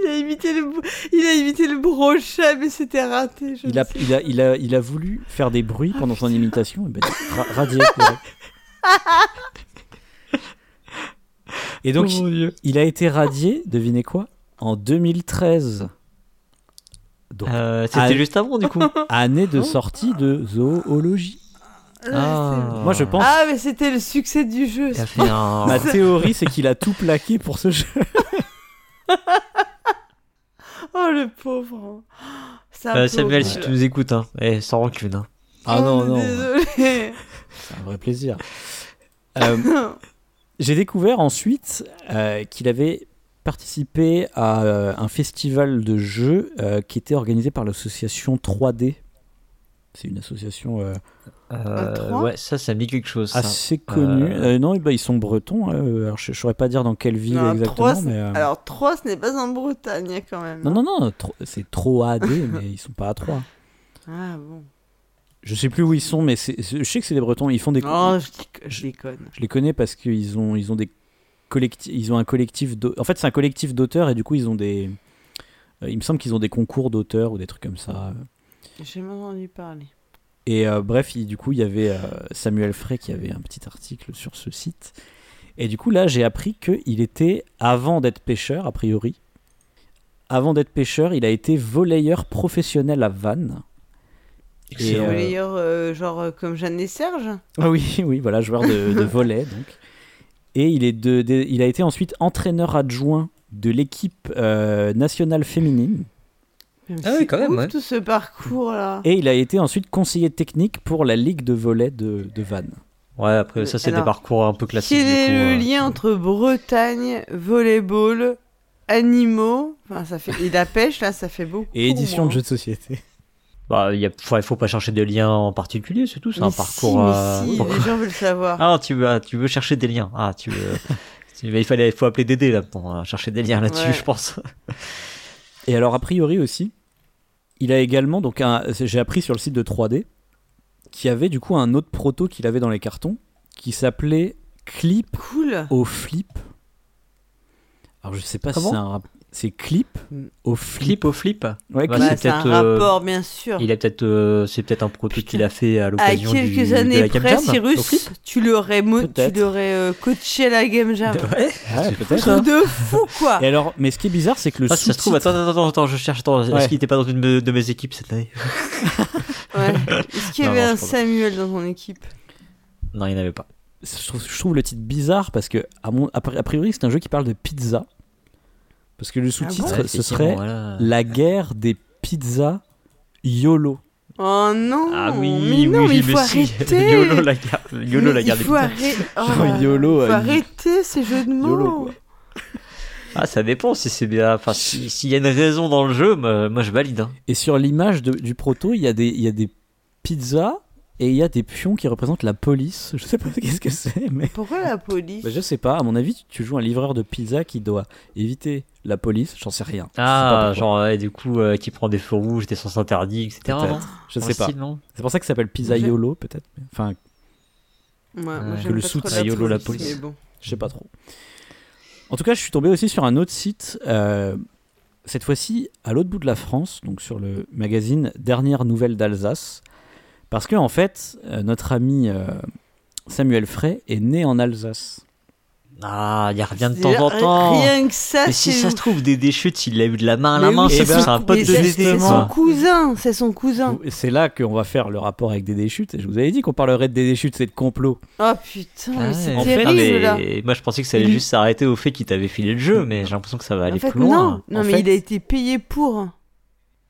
Il a imité le, bro- il a imité le brochet, mais c'était raté. je
Il a,
sais.
il, a, il, a, il a voulu faire des bruits pendant son imitation et ben, ra- radié. direct. Et donc
Oh mon Dieu.
il a été radié, devinez quoi En 2013. Donc
Euh, c'était
Ah.
juste avant du coup.
année de sortie de zoologie.
Ah,
Moi je
Oh.
c'est-
pense,
Ah, mais c'était le succès du jeu.
Il a fait
Ah.
un. Bah,
ma théorie c'est qu'il a tout plaqué pour ce jeu.
Oh le pauvre. Ça
Euh, Samuel,
pauvre.
si tu nous écoutes, hein. eh, sans rancune. Hein.
Ah
Oh,
non, non,
Désolé.
c'est un vrai plaisir. Euh, J'ai découvert ensuite euh, qu'il avait participé à euh, un festival de jeux euh, qui était organisé par l'association 3D. C'est une association euh,
Euh,
trois
ouais, ça, ça me dit quelque chose. ça.
assez connue.
euh,
Euh, non, eh ben, ils sont bretons. hein, euh, alors, je ne saurais pas dire dans quelle ville
Non,
exactement.
trois, c'est-
mais, euh,
Alors 3, ce n'est pas en Bretagne hein, quand même.
Non, non, non, tro- c'est 3D, mais ils sont pas à 3.
Ah bon.
Je sais plus où ils sont, mais c'est- c'est- je sais que c'est des bretons. Ils font des...
Ah,
Non, Oh, je, déco- je déconne.
Je les connais parce qu'ils ont, ils ont des collectifs, ils ont un collectif. d'au- En fait, c'est un collectif d'auteurs et du coup, ils ont des. euh, Il me semble qu'ils ont des concours d'auteurs ou des trucs comme ça.
J'ai jamais entendu parler.
Et euh, bref, il- du coup, il y avait euh, Samuel Frey qui avait un petit article sur ce site. Et du coup, là, j'ai appris qu'il était, avant d'être pêcheur, a priori, avant d'être pêcheur, il a été volleyeur professionnel à Vannes.
Et
Et, euh,
D'ailleurs, euh, genre euh, comme Jeanne et Serge
Ah oui, oui, voilà, joueur de, de volet donc. Et il est de, de- il a été ensuite entraîneur adjoint de l'équipe euh, nationale féminine.
Mais
Ah oui,
c'est
quand même,
ouf,
ouais.
tout ce parcours là.
Et il a été ensuite conseiller technique pour la ligue de volet de, de Vannes.
Ouais, après, ça, c'est des
Alors,
hein, parcours un peu classiques.
Quel
du
est
coup,
le
euh.
lien entre Bretagne, volleyball, animaux. Enfin, ça fait... Et la pêche, là, ça fait beaucoup. hein.
Et édition
moi.
de jeux de société.
Bah, il y a- faut, faut pas chercher des liens en particulier, c'est tout. C'est
Mais
un
si,
parcours.
mais
euh,
si,
pourquoi-
les gens veulent savoir.
Ah, tu veux, ah, tu veux chercher des liens. Ah, tu veux. tu- mais il fallait, faut appeler Dédé là pour euh, chercher des liens là-dessus,
Ouais.
je pense.
Et alors, a priori aussi, il a également, donc un- j'ai appris sur le site de 3D, qu'il y avait du coup un autre proto qu'il avait dans les cartons, qui s'appelait Clip
Cool.
au flip. Alors je sais pas si
Comment
c'est un rap- c'est clip
Mm.
au flip.
Flip au flip.
Ouais,
Bah,
clip.
Bah,
c'est
c'est un
peut-être, euh,
rapport, bien sûr.
Il a peut-être, euh, c'est peut-être un proto
Putain.
qu'il a fait à
À
l'occasion du-
quelques
de
années
la Game
près,
Jam, au flip.
Cyrus, tu l'aurais mo- tu
Peut-être.
l'aurais euh, coaché à la Game Jam.
Ouais.
Ouais,
c'est
peut-être.
Truc
hein.
de fou, quoi.
Et alors, mais ce qui est bizarre, c'est que le
Ah, si ça se trouve,
sous-titre-
attends, attends, attends, attends, je cherche. Attends,
Ouais.
est-ce qu'il était pas dans une de mes équipes cette année
Ouais. Est-ce qu'il y
Non,
avait
non,
un
je crois pas.
Samuel dans ton équipe
Non, il n'y en avait pas.
je, trouve, je trouve le titre bizarre parce que à mon, a pri- a priori, c'est un jeu qui parle de pizza. Parce que le sous-titre,
Ouais,
ce serait
effectivement, voilà.
la guerre des pizzas YOLO.
Oh non
Ah
mais
oui,
non,
oui,
mais il
mais
faut
si.
arrêter
YOLO la garde. YOLO
Mais
la garde.
Il faut, arrêter Oh,
Genre YOLO,
faut
euh,
arrêter ces jeux de mots.
YOLO, quoi.
Ah, ça dépend si c'est bien. Enfin, si- s'il y a une raison dans le jeu, moi, moi, je valide. hein.
Et sur l'image de- du proto, il y a des, il y a des pizzas et il y a des pions qui représentent la police. Je sais pas qu'est-ce que c'est, mais
Pourquoi la police
Bah, je sais pas, à mon avis, tu- tu joues un livreur de pizza qui doit éviter la police, j'en sais rien. Je sais pas
Ah,
pourquoi.
genre, ouais, du coup, euh, qui prend des feux rouges, des sens interdits, etc. non
Peut-être. Je
Dans
sais
le
pas.
style, non
C'est pour ça que ça s'appelle Pizza
Je-
YOLO, peut-être. mais- Enfin,
Ouais, moi,
Euh,
j'aime
que le
pas
sous-
trop
Ah,
YOLO, la
Mais
police.
bon.
je sais pas trop. En tout cas, je suis tombé aussi sur un autre site, euh, cette fois-ci à l'autre bout de la France, donc sur le magazine Dernière Nouvelle d'Alsace. Parce que, en fait, euh, notre ami euh, Samuel Frey est né en Alsace.
Ah, il revient de
Déjà,
temps en temps.
Rien que ça,
Et si
c'est
ça se trouve, des déchutes, il l'a eu de la main à la
Mais
main,
oui,
c'est
eh ben,
c'est un pote
mais
de
c'est-
Dédé.
C'est son
quoi.
cousin, c'est son cousin.
Et C'est là qu'on va faire le rapport avec Dédé Chute. Et je vous avais dit qu'on parlerait de Dédé Chute, c'est de complot.
Oh putain, mais
Ah,
c'est
ouais. En fait,
terrible
mais
là.
moi je pensais que ça allait
Il-
juste s'arrêter au fait qu'il t'avait filé le jeu, mais j'ai l'impression que ça va aller
En fait,
plus loin.
non, non
hein. En
mais
fait-
il a été payé pour.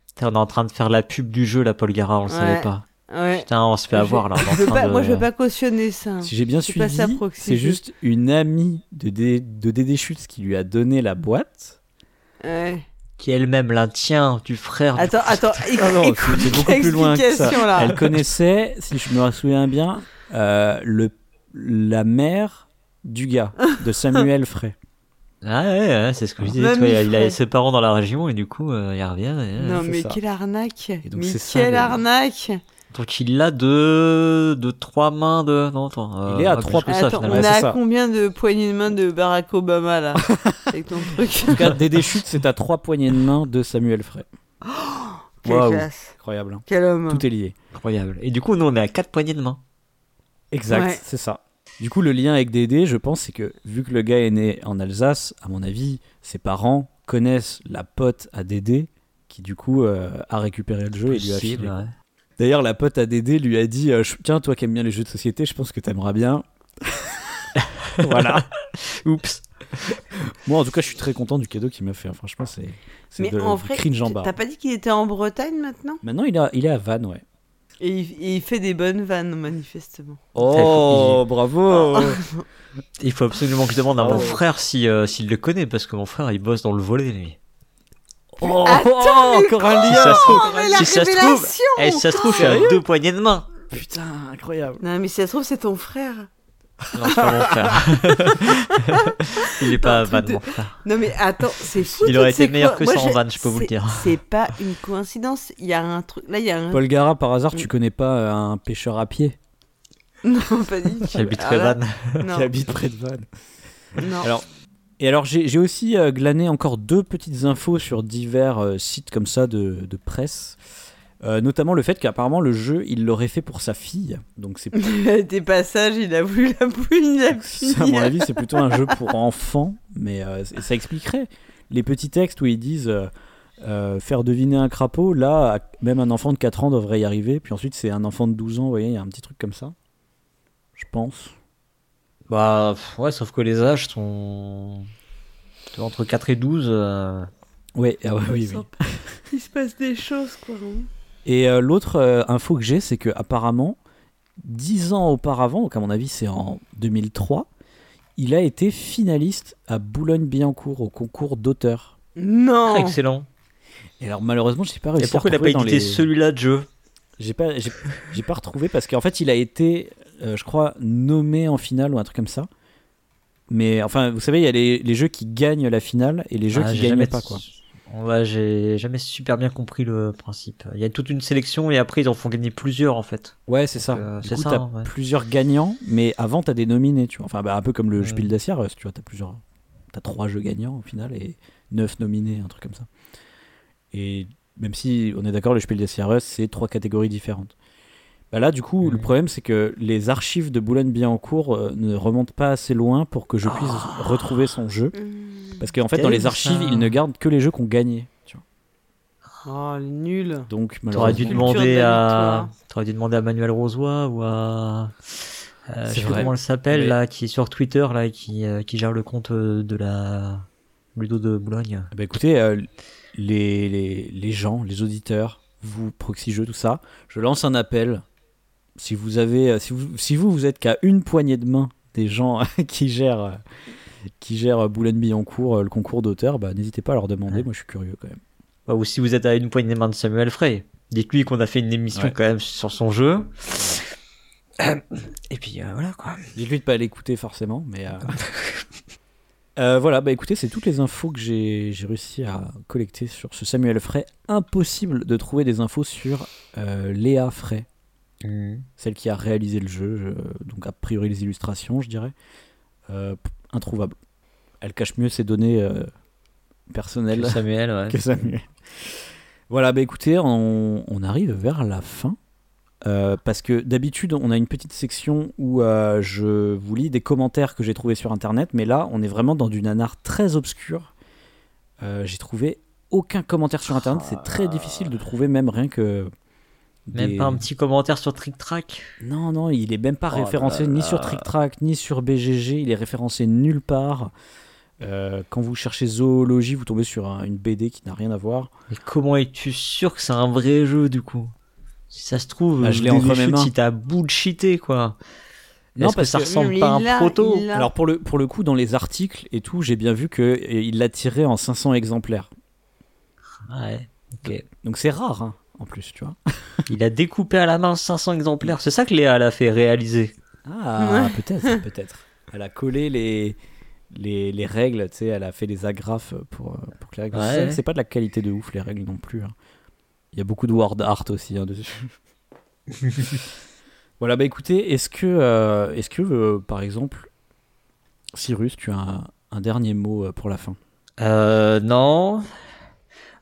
Putain, On est en train de faire la pub du jeu, là, Paul Gara, on le
Ouais.
savait pas.
Ouais.
Putain, on se fait
Je-
avoir là. on est en
Je veux
train
pas-
de-
Moi, je veux pas cautionner ça.
Si j'ai bien
C'est
suivi,
pas sa proxy.
c'est juste une amie de, Dé- de Dédé Schütz qui lui a donné la boîte. Ah,
Ouais.
Qui est elle-même la tiens, du frère. du-
Attends, attends, éc-
Ah non,
écoute
c'est beaucoup plus loin que ça.
l'explication, là.
Elle connaissait, si je me souviens bien, euh, le, la mère du gars, de Samuel Frey.
Ah ouais, ouais, c'est ce que je disais.
Même
tu vois, il, a-
il
il a
ferait.
ses parents dans la région et du coup, euh, il revient. et, euh,
Non
c'est
mais
ça.
quelle arnaque
donc,
Mais
c'est ça,
quelle
le-
arnaque
Donc il l'a de, de trois mains de. Non, attends.
Il est à
pas
trois
plus que ça,
Attends,
finalement.
on
Ouais,
a
c'est
à
ça.
combien de poignées de main de Barack Obama là Avec ton truc.
En tout cas, Dédé Schütz, c'est à trois poignées de main de Samuel Frey.
Quelle
Waouh.
classe
Incroyable. hein.
Quel homme
Tout est lié.
Incroyable. Et du coup, nous, on est à quatre poignées de main.
Exact,
Ouais.
c'est ça. Du coup, le lien avec Dédé, je pense, c'est que vu que le gars est né en Alsace, à mon avis, ses parents connaissent la pote à Dédé, qui du coup euh, a récupéré le jeu et lui a filé.
Possible, ouais.
D'ailleurs, la pote à Dédé lui a dit euh, Je- Tiens, toi qui aimes bien les jeux de société, je pense que t'aimeras bien. voilà.
Oups.
Moi, en tout cas, je suis très content du cadeau qu'il m'a fait. hein. Franchement, c'est c'est
Mais
de,
en
du
vrai,
cringe en bas.
t'as pas dit qu'il était en Bretagne maintenant
Maintenant, il, a, il est à Vannes, ouais.
et il, et il fait des bonnes vannes manifestement.
Oh,
bravo
Il faut absolument que je demande à
Oh.
mon frère si, euh, s'il le connaît, parce que mon frère, il bosse dans le volet, lui.
Oh. Attends, encore un
Si
lien
ça se trouve,
Oh, mais la
si ça se trouve,
révélation
eh, si ça se trouve, je suis à deux poignées de main.
Putain, incroyable
Non mais si ça se trouve c'est ton frère.
Non, c'est pas mon frère. il est pas à
Un truc
Vannes,
de-
mon frère.
Non mais attends, c'est fou.
Il
toutes
aurait
ces
été meilleur que
Moi,
ça en vanne, je peux vous le
c'est-
dire.
C'est pas une coïncidence, il y a un truc là, il y a un
Paul Gara, par hasard,
Mm.
tu connais pas euh, un pêcheur à pied
Non, pas dit.
J'habite
Ah
très
là,
Vannes.
Non.
qui habite près de Vannes
non.
Alors, Et alors, j'ai j'ai aussi euh, glané encore deux petites infos sur divers euh, sites comme ça de, de presse. Euh, notamment le fait qu'apparemment le jeu il l'aurait fait pour sa fille, donc c'est
Des passages, il a voulu la bouille, il a fini.
Ça, à mon avis, c'est plutôt un jeu pour enfants, mais euh, c- ça expliquerait les petits textes où ils disent euh, euh, faire deviner un crapaud. Là, à- même un enfant de 4 ans devrait y arriver. Puis ensuite, c'est un enfant de 12 ans, vous voyez, il y a un petit truc comme ça. Je pense.
Bah, pff, ouais, sauf que les âges sont. sont Entre 4 et 12. euh,
Ouais, ah ouais, oui, oui.
Il se passe des choses, quoi. hein.
Et euh, l'autre euh, info que j'ai, c'est que apparemment, 10 ans auparavant, donc à mon avis, c'est en 2003, Il a été finaliste à Boulogne-Billancourt au concours d'auteur.
Ah,
Non
excellent.
Et alors malheureusement, j'ai pas
Et
réussi. à
pourquoi il a pas
retrouver dans
édité
les-
celui-là de jeu
J'ai pas, j'ai, j'ai pas retrouvé parce qu'en fait, il a été, euh, je crois, nommé en finale ou un truc comme ça. Mais enfin, vous savez, il y a les, les jeux qui gagnent la finale et les jeux
Ah,
qui
j'ai
gagnent
jamais-
pas, quoi.
Ouais, j'ai jamais super bien compris le principe. Il y a toute une sélection et après ils en font gagner plusieurs en fait.
Ouais, c'est ça.
Euh,
du
c'est
coup,
ça,
t'as
ouais.
plusieurs gagnants, mais avant, t'as des nominés, tu vois. Enfin, bah, un peu comme le
Mm.
Spiel des Jahres, tu vois, t'as plusieurs. T'as trois jeux gagnants au final et neuf nominés, un truc comme ça. Et même si on est d'accord, le Spiel des Jahres, c'est trois catégories différentes. Bah là, du coup, le
Mm.
problème, c'est que les archives de Boulogne-Billancourt euh, ne remontent pas assez loin pour que je puisse retrouver son jeu.
Mm.
Parce qu'en fait, dans les
Ah. terrible,
archives,
ça.
ils ne gardent que les jeux qu'on gagnait. Tu vois.
Oh, le nul
Donc,
T'aurais
malheureusement.
dû
Culture
demander
de la
à,
victoire.
t'aurais dû demander à Manuel Rosoy ou à, euh, je
C'est
sais plus
vrai.
comment elle s'appelle
Mais-
là, qui est sur Twitter là, qui euh, qui gère le compte euh, de la Ludo de Boulogne.
Eh ben, écoutez, euh, les, les, les gens, les auditeurs, vous, proxy jeux, tout ça, je lance un appel. Si vous avez, euh, si vous, si vous, vous êtes qu'à une poignée de main des gens qui gèrent, euh, qui gèrent euh, Boulogne-Billancourt, euh, le concours d'auteur, bah, n'hésitez pas à leur demander.
Ouais.
Moi, je suis curieux quand même.
Bah, ou si vous êtes à une poignée de main de Samuel Frey, dites-lui qu'on a fait une émission
Ouais.
quand même sur son jeu. Et puis euh, voilà quoi.
Dites-lui de pas l'écouter forcément, mais. euh, euh, voilà, bah écoutez, c'est toutes les infos que j'ai j'ai réussi à collecter sur ce Samuel Frey. Impossible de trouver des infos sur euh, Léa Frey. celle qui a réalisé le jeu, euh, donc a priori les illustrations, je dirais, euh, p- introuvable. Elle cache mieux ses données euh, personnelles
Que Samuel, ouais.
que Samuel. Voilà, bah écoutez, on, on arrive vers la fin. euh, parce que d'habitude, on a une petite section où euh, je vous lis des commentaires que j'ai trouvés sur internet, mais là, on est vraiment dans du nanar très obscur. Euh, j'ai trouvé aucun commentaire sur internet, c'est très difficile de trouver, même rien que.
Même
des-
pas un petit commentaire sur Trick Track.
non, non, il est même pas
Oh là
référencé ni sur TrickTrack, ni sur BGG, il est référencé nulle part. Euh, quand vous cherchez zoologie, vous tombez sur un- une BD qui n'a rien à voir.
Mais comment es-tu sûr que c'est un vrai jeu du coup Si ça se trouve,
Bah, je l'ai entre mes
chute,
mains.
si t'as bullshité quoi.
Non,
Non, parce que
parce
ça
que-
ressemble
Mm,
pas à
il
un
a-
proto.
il a-
Alors pour le, pour le coup, dans les articles et tout, j'ai bien vu qu'il l'a tiré en 500 exemplaires.
Ouais. ok.
Donc c'est rare, hein, en plus, tu vois.
Il a découpé à la main 500 exemplaires. C'est ça que Léa l'a fait réaliser.
Ah, peut-être, peut-être. Elle a collé les, les, les règles, tu sais, elle a fait les agrafes pour, euh, pour que les règles.
Ouais.
C'est- C'est pas de la qualité de ouf, les règles non plus. hein. Il y a beaucoup de word art aussi hein, dessus. voilà, bah écoutez, est-ce que, euh, est-ce que euh, par exemple, Cyrus, tu as un, un dernier mot euh, pour la fin
Euh, non.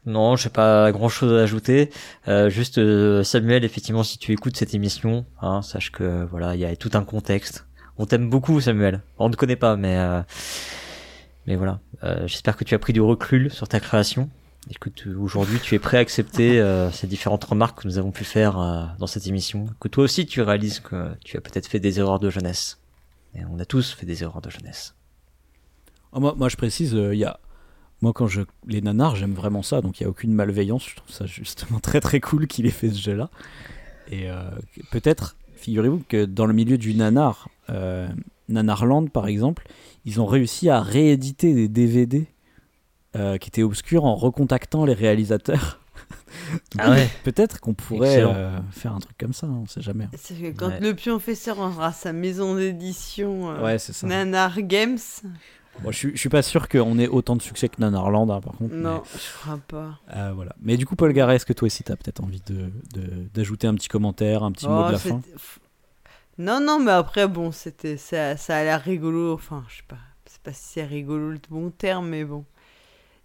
Non, j'ai pas grand chose à ajouter. Euh, juste euh, Samuel, effectivement, si tu écoutes cette émission, hein, sache que voilà, il y a tout un contexte. On t'aime beaucoup, Samuel. On ne connaît pas, mais euh, mais voilà. Euh, J'espère que tu as pris du recul sur ta création et que tu- aujourd'hui tu es prêt à accepter euh, ces différentes remarques que nous avons pu faire euh, dans cette émission. Que toi aussi tu réalises que tu as peut-être fait des erreurs de jeunesse. Et on a tous fait des erreurs de jeunesse.
Oh, moi, moi, je précise, euh, il y a. Moi, quand je. Les nanars, j'aime vraiment ça, donc il n'y a aucune malveillance. Je trouve ça justement très très cool qu'il ait fait ce jeu-là. Et euh, peut-être, figurez-vous que dans le milieu du nanar, euh, Nanarland par exemple, ils ont réussi à rééditer des DVD euh, qui étaient obscurs en recontactant les réalisateurs.
Ah ouais.
Peut-être qu'on pourrait
Excellent.
euh, faire un truc comme ça, on sait jamais.
C'est que quand
Ouais.
le pion fait ça, on aura sa maison d'édition euh,
Ouais, c'est ça.
Nanar Games.
Bon, je, suis- je suis pas sûr qu'on ait autant de succès que Nanarland, hein, par contre. mais-
Non, je crois pas.
Euh, voilà. Mais du coup, Paul Garret, est-ce que toi aussi, t'as peut-être envie de- de- d'ajouter un petit commentaire, un petit mot
Oh,
de la
c'était-
fin
pff. Non, non, mais après, bon, c'était ça, ça a l'air rigolo. Enfin, je sais pas, c'est pas si c'est rigolo le bon terme, mais bon.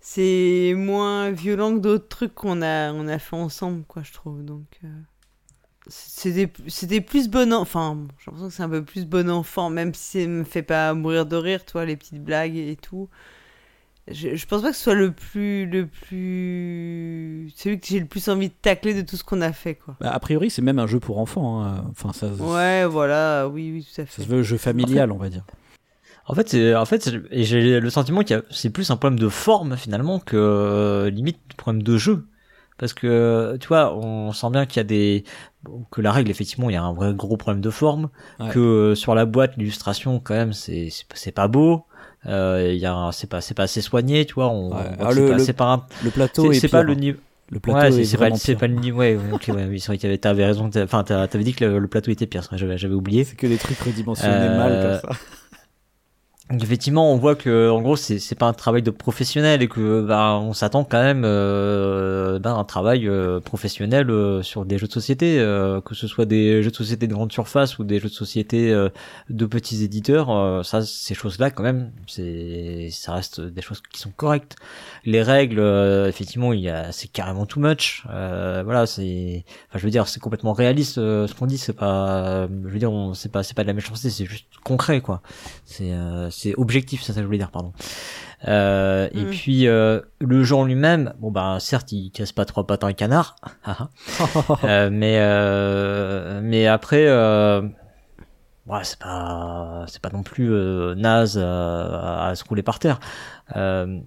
C'est moins violent que d'autres trucs qu'on a, on a fait ensemble, quoi, je trouve. Donc, euh, c'était c'était plus bon. en- Enfin, bon, j'ai l'impression que c'est un peu plus bon enfant, même si ça me fait pas mourir de rire, toi, les petites blagues et tout. Je, je pense pas que ce soit le plus, le plus, celui que j'ai le plus envie de tacler de tout ce qu'on a fait, quoi.
Bah, A priori, c'est même un jeu pour enfants. hein. Enfin, ça,
Ouais, voilà, oui, oui, tout
ça
à fait.
se veut jeu familial, on va dire.
En fait, c'est- en fait, c'est- et j'ai le sentiment qu'il y a- c'est plus un problème de forme finalement que euh, limite problème de jeu. parce que tu vois, on sent bien qu'il y a des que la règle effectivement il y a un vrai gros problème de forme,
Ouais.
que euh, sur la boîte l'illustration quand même c'est c'est c'est pas beau, euh, il y a un- c'est pas c'est pas assez soigné, tu vois, on,
Ouais.
on voit
Ah,
que c'est
le-
pas-
le
c'est pas un-
Le plateau
c'est
est
c'est pas
pire,
le
hein.
niveau
Le plateau
Ouais,
est
c'est- c'est pas,
vraiment
c'est
pire.
pas le niveau. Ouais, ouais, ok, ouais, oui, c'est vrai que t'avais, t'avais raison. t'avais- Enfin, t'as- t'avais dit que le, le plateau était pire. c'est vrai, J'avais, j'avais oublié.
C'est que des trucs redimensionnés
Euh,
mal comme ça.
Donc, effectivement, on voit que, en gros, c'est, c'est pas un travail de professionnel et que, bah, on s'attend quand même, euh, bah, un travail euh, professionnel euh, sur des jeux de société, euh, que ce soit des jeux de société de grande surface ou des jeux de société euh, de petits éditeurs. euh, ça, ces choses-là, quand même, c'est, ça reste des choses qui sont correctes. Les règles, euh, effectivement, il y a, c'est carrément too much. Euh, voilà, c'est. enfin je veux dire c'est complètement réaliste euh, ce qu'on dit c'est pas euh, je veux dire on c'est pas c'est pas de la méchanceté c'est juste concret quoi c'est euh, c'est objectif c'est ça que je voulais dire pardon euh, et
Mm.
puis euh, le jeu en lui-même bon bah certes il casse pas trois pattes à un canard Euh, mais euh, mais après euh, ouais, c'est pas c'est pas non plus euh, naze euh, à, à se rouler par terre euh,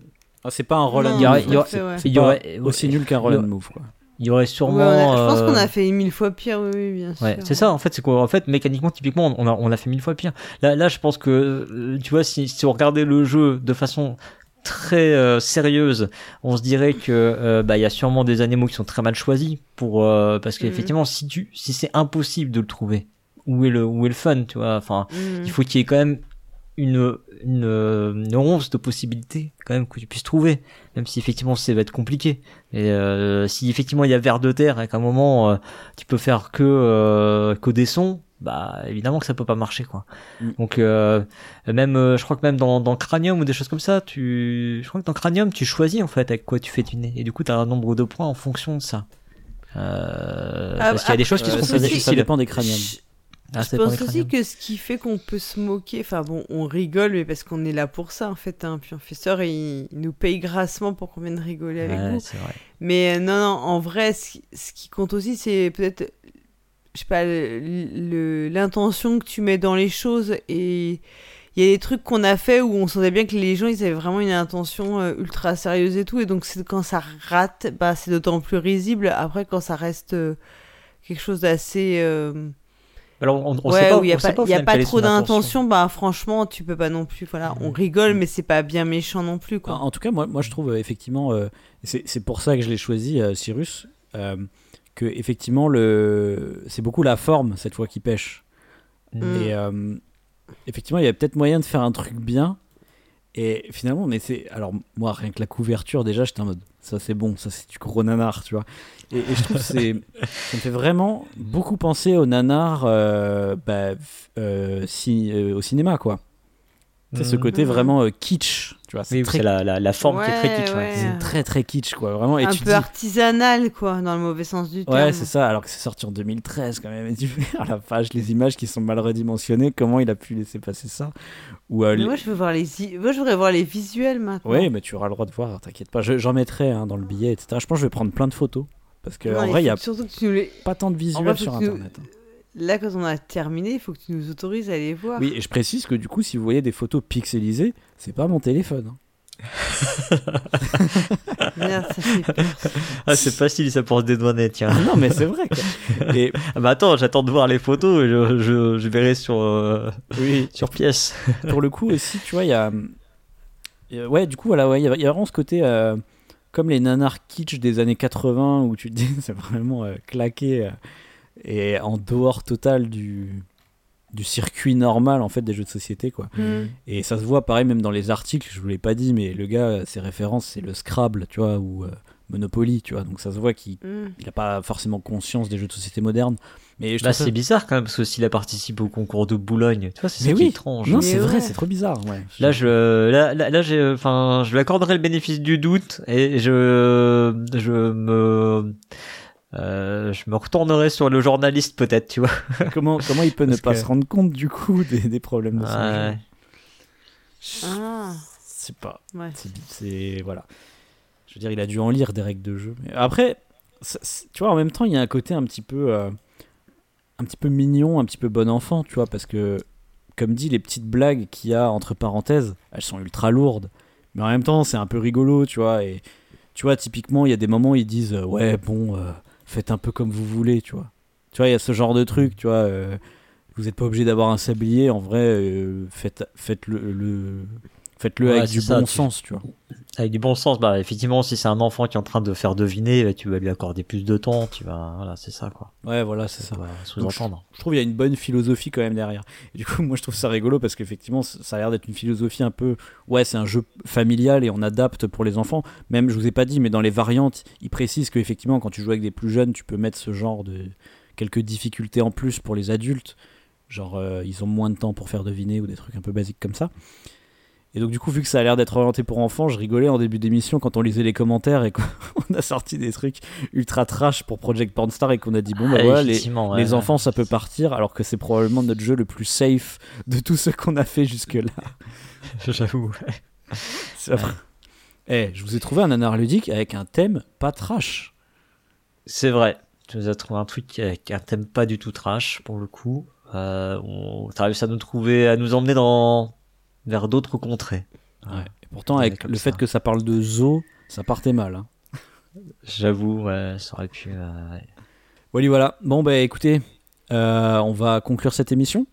Ah, c'est pas un roll and
Non,
move.
y aura-
tout
il y
à
aura-
fait, ouais.
C'est
il y
pas
aurait
Aussi nul qu'un roll and move. Quoi.
il y aurait
Ouais,
sûrement
on a- je pense qu'on
euh,
a fait mille fois pire, oui, oui, bien sûr.
Ouais, c'est ça en fait, c'est qu'en fait mécaniquement typiquement on a on l'a fait mille fois pire. Là là je pense que euh, tu vois si si on regardait le jeu de façon très euh, sérieuse, on se dirait que euh, bah il y a sûrement des animaux qui sont très mal choisis pour euh, parce
Mhm.
qu'effectivement si tu si c'est impossible de le trouver, où est le où est le fun, tu vois, enfin
Mm.
il faut qu'il y ait quand même une, une, une once de possibilités quand même que tu puisses trouver, même si effectivement ça va être compliqué. Et euh, si effectivement il y a vers de terre et qu'à un moment euh, tu peux faire que euh, que des sons, bah évidemment que ça peut pas marcher quoi.
Mm.
Donc euh, même euh, je crois que même dans, dans Cranium ou des choses comme ça, tu je crois que dans Cranium tu choisis en fait avec quoi tu fais du nez et du coup tu as un nombre de points en fonction de ça. Euh,
Ah,
parce qu'il y a
après,
des choses qui
euh,
sont
ça dé-
très
ça
ça
difficiles.
dépend des crâniums.
Je-
Ah, ça
Je
dépend des
pense aussi
crâniums.
que ce qui fait qu'on peut se moquer, enfin bon, on rigole, mais parce qu'on est là pour ça en fait. Hein. Puis un fesseur, il, il nous paye grassement pour qu'on vienne rigoler euh, avec
Ouais,
vous.
c'est vrai.
Mais euh, non, non, en vrai, ce, qui- ce qui compte aussi, c'est peut-être, je sais pas, le- le- l'intention que tu mets dans les choses. Et il y a des trucs qu'on a fait où on sentait bien que les gens, ils avaient vraiment une intention euh, ultra sérieuse et tout. Et donc, c'est quand ça rate, bah, c'est d'autant plus risible. Après, quand ça reste euh, quelque chose d'assez. euh,
Alors on, on
ouais,
sait pas,
où il n'y
on
a
sait
pas,
au
il y a
final
pas
quelle est
trop
son intention.
d'intention,
Mm.
bah, franchement, tu peux pas non plus. Voilà, on rigole, mais c'est pas bien méchant non plus,
En
quoi.
en tout cas, moi, moi je trouve euh, effectivement, euh, c'est c'est pour ça que je l'ai choisi, euh, Cyrus, euh, que effectivement, le... c'est beaucoup la forme cette fois qui pêche.
Ah.
Mm.
Et euh, effectivement, il y a peut-être moyen de faire un truc bien. Et finalement, mais c'est. Alors, moi, rien que la couverture, déjà, j'étais en mode. Ça, c'est bon, ça, c'est du gros nanar, tu vois. Et, et je trouve que c'est. ça me fait vraiment beaucoup penser au nanar euh, bah, f- euh, ci- euh, au cinéma, quoi. Tu sais, ce
Mm.
côté
Mhm.
vraiment euh, kitsch, tu vois. C'est
Oui,
très,
c'est la, la, la forme qui est très
Ouais,
kitsch. ouais.
ouais.
c'est très, très kitsch, quoi. Vraiment. Et
un
tu
peu
dis-
artisanal, quoi, dans le mauvais sens du terme.
Ouais, c'est ça, alors que c'est sorti en 2013 quand même. Et tu fais à la page les images qui sont mal redimensionnées, comment il a pu laisser passer ça Ou euh,
Mais
les-
moi, je veux voir les, i- moi, je voudrais voir les visuels maintenant.
Ouais, mais tu auras le droit de voir, t'inquiète pas. Je- J'en mettrai hein, dans le billet, etc. Je pense que je vais prendre plein de photos. Parce que
Non,
en
il
vrai, il n'y
faut
a
que- surtout que tu nous les-
pas tant de
en
visuels
vrai, faut
sur
que tu-
Internet. hein.
Là, quand on a terminé, il faut que tu nous autorises à les voir.
Oui, et je précise que du coup, si vous voyez des photos pixelisées, c'est pas mon téléphone. hein.
Merde, ça fait peur.
Ah, c'est facile ça pour se dédouaner, tiens.
Ah non, mais c'est vrai. quoi. Et
Ah, bah attends, j'attends de voir les photos et je, je, je verrai sur, euh,
oui,
sur pièce.
pour le coup aussi, tu vois, il y a. il y a- Ouais, du coup, voilà, ouais, il y, a- il y a vraiment ce côté. euh, Comme les nanars kitsch des années 80 où tu te dis c'est vraiment euh, claqué euh, et en dehors total du, du circuit normal en fait des jeux de société quoi.
Mm.
Et ça se voit pareil même dans les articles, je vous l'ai pas dit, mais le gars, ses références, c'est le Scrabble, tu vois, ou euh, Monopoly, tu vois. Donc ça se voit qu'il
Mm.
n'a pas forcément conscience des jeux de société modernes. Mais je
Bah,
trouve ça-
c'est bizarre quand même parce que s'il a participé au concours de Boulogne, tu vois, c'est ça
Mais
qui est
oui.
étrange.
Non,
Mais
c'est vrai,
ouais.
c'est trop bizarre. Ouais.
Là, je, là, là, là, j'ai, enfin, je lui accorderai le bénéfice du doute et je, je me, euh, je me retournerai sur le journaliste peut-être, tu vois.
comment, comment il peut ne
Parce
pas
que-
se rendre compte du coup des, des problèmes de son
Ouais.
jeu Je
Ah,
sais pas.
ouais.
C'est- C'est. Voilà. Je veux dire, il a dû en lire des règles de jeu. Mais après, ça- c'est- tu vois, en même temps, il y a un côté un petit peu. euh, un petit peu mignon, un petit peu bon enfant, tu vois, parce que, comme dit, les petites blagues qu'il y a entre parenthèses, elles sont ultra lourdes. Mais en même temps, c'est un peu rigolo, tu vois, et. Tu vois, typiquement, il y a des moments où ils disent euh, Ouais, bon, euh, faites un peu comme vous voulez, tu vois. Tu vois, il y a ce genre de truc, tu vois. euh, vous n'êtes pas obligé d'avoir un sablier, en vrai, euh, faites, faites le, le- faites-le
Ouais,
avec
c'est
du
ça,
bon
tu-
sens, tu vois.
Avec du bon sens, bah effectivement, si c'est un enfant qui est en train de faire deviner, bah, tu vas lui accorder plus de temps, tu vas, voilà, c'est ça quoi.
Ouais, voilà, c'est ça.
Tu vas sous-entendre.
Je trouve qu'il y a une bonne philosophie quand même derrière. Et du coup, moi, je trouve ça rigolo parce qu'effectivement, c- ça a l'air d'être une philosophie un peu. Ouais, c'est un jeu familial et on adapte pour les enfants. Même, je vous ai pas dit, mais dans les variantes, ils précisent qu'effectivement, quand tu joues avec des plus jeunes, tu peux mettre ce genre de. quelques difficultés en plus pour les adultes. Genre, euh, ils ont moins de temps pour faire deviner ou des trucs un peu basiques comme ça. Et donc, du coup, vu que ça a l'air d'être orienté pour enfants, je rigolais en début d'émission quand on lisait les commentaires et qu'on a sorti des trucs ultra trash pour Project Pornstar et qu'on a dit, bon, bah
Ah,
voilà, les,
effectivement, ouais,
les
ouais.
enfants, ça peut partir, alors que c'est probablement notre jeu le plus safe de tout ce qu'on a fait jusque-là.
J'avoue.
C'est vrai. Eh, je vous ai trouvé un nanar ludique avec un thème pas trash.
C'est vrai. Tu nous as trouvé un truc avec un thème pas du tout trash pour le coup. Euh, on- T'as réussi à nous trouver, à nous emmener dans vers d'autres contrées. Ouais.
Et pourtant,
Ouais,
avec
comme
le
ça.
fait que ça parle de zoo, ça partait mal. Hein.
J'avoue, ouais, ça aurait pu. euh, ouais.
Voilà, voilà. Bon, bah écoutez, euh, on va conclure cette émission.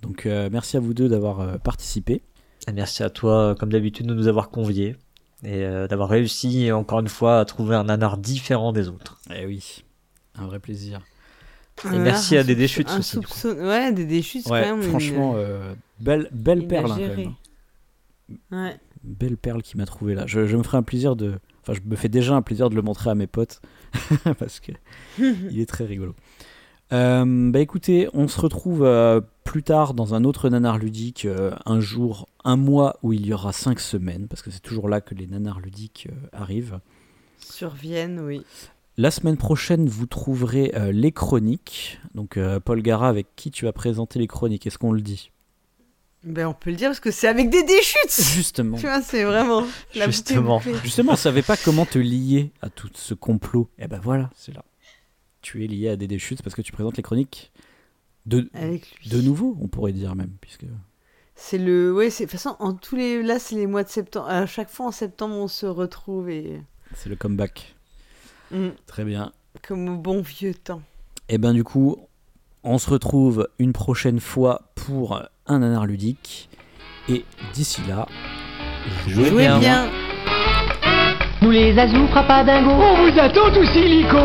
Donc, euh, merci à vous deux d'avoir euh, participé.
Et Merci à toi, euh, comme d'habitude, de nous avoir conviés et euh, d'avoir réussi encore une fois à trouver un nanar différent des autres.
Eh oui, un vrai plaisir.
Ah
Et merci à des déchutes
Un
aussi. du coup.
soupçon- Ouais, des déchutes, c'est quand
Ouais,
même une-
franchement, euh, belle, belle
une
perle hein, quand
gérée.
même. hein.
Ouais.
belle perle qui m'a trouvé là. Je, je me ferai un plaisir de. Enfin, je me fais déjà un plaisir de le montrer à mes potes parce que il est très rigolo. Euh, bah écoutez, on se retrouve euh, plus tard dans un autre nanar ludique, euh, un jour, un mois où il y aura cinq semaines, parce que c'est toujours là que les nanars ludiques euh, arrivent.
Sur Vienne, oui.
La semaine prochaine, vous trouverez euh, les chroniques. Donc euh, Paul Gara, avec qui tu vas présenter les chroniques Est-ce qu'on le dit
Ben, on peut le dire parce que c'est avec des déchutes
Justement.
Tu vois, c'est vraiment. la boucle est
Justement.
bouclée.
Justement, on savait pas comment te lier à tout ce complot. Et ben voilà, c'est là. Tu es lié à des déchutes parce que tu présentes les chroniques de,
Avec lui.
de nouveau, on pourrait dire même, puisque
C'est le. Ouais, c'est. De toute façon, en tous les. Là, c'est les mois de septembre. À chaque fois en septembre, on se retrouve et.
c'est le comeback.
Mm.
Très bien.
Comme au bon vieux temps.
Et ben du coup, on se retrouve une prochaine fois pour un nanar ludique. Et d'ici là,
Jouez
Jouez
bien.
bien.
Nous les azous pas dingo. On vous attend tous illico.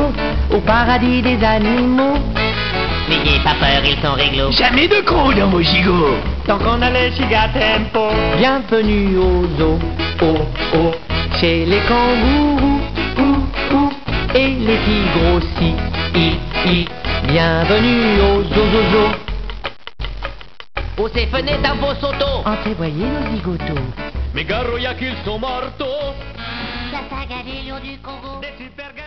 Au paradis des animaux.
N'ayez pas peur, ils sont réglo.
Jamais de crocs dans vos gigots. Tant qu'on a les gigas tempo. Bienvenue au zoo. Oh oh. Chez les kangourous. Ouh ouh. Et les tigres aussi. I i. Bienvenue au zoo zoo zoo.
Ou ces fenêtres à vos sautos.
Entrevoyez nos zigotos.
Tataga, les lions du Congo. Des super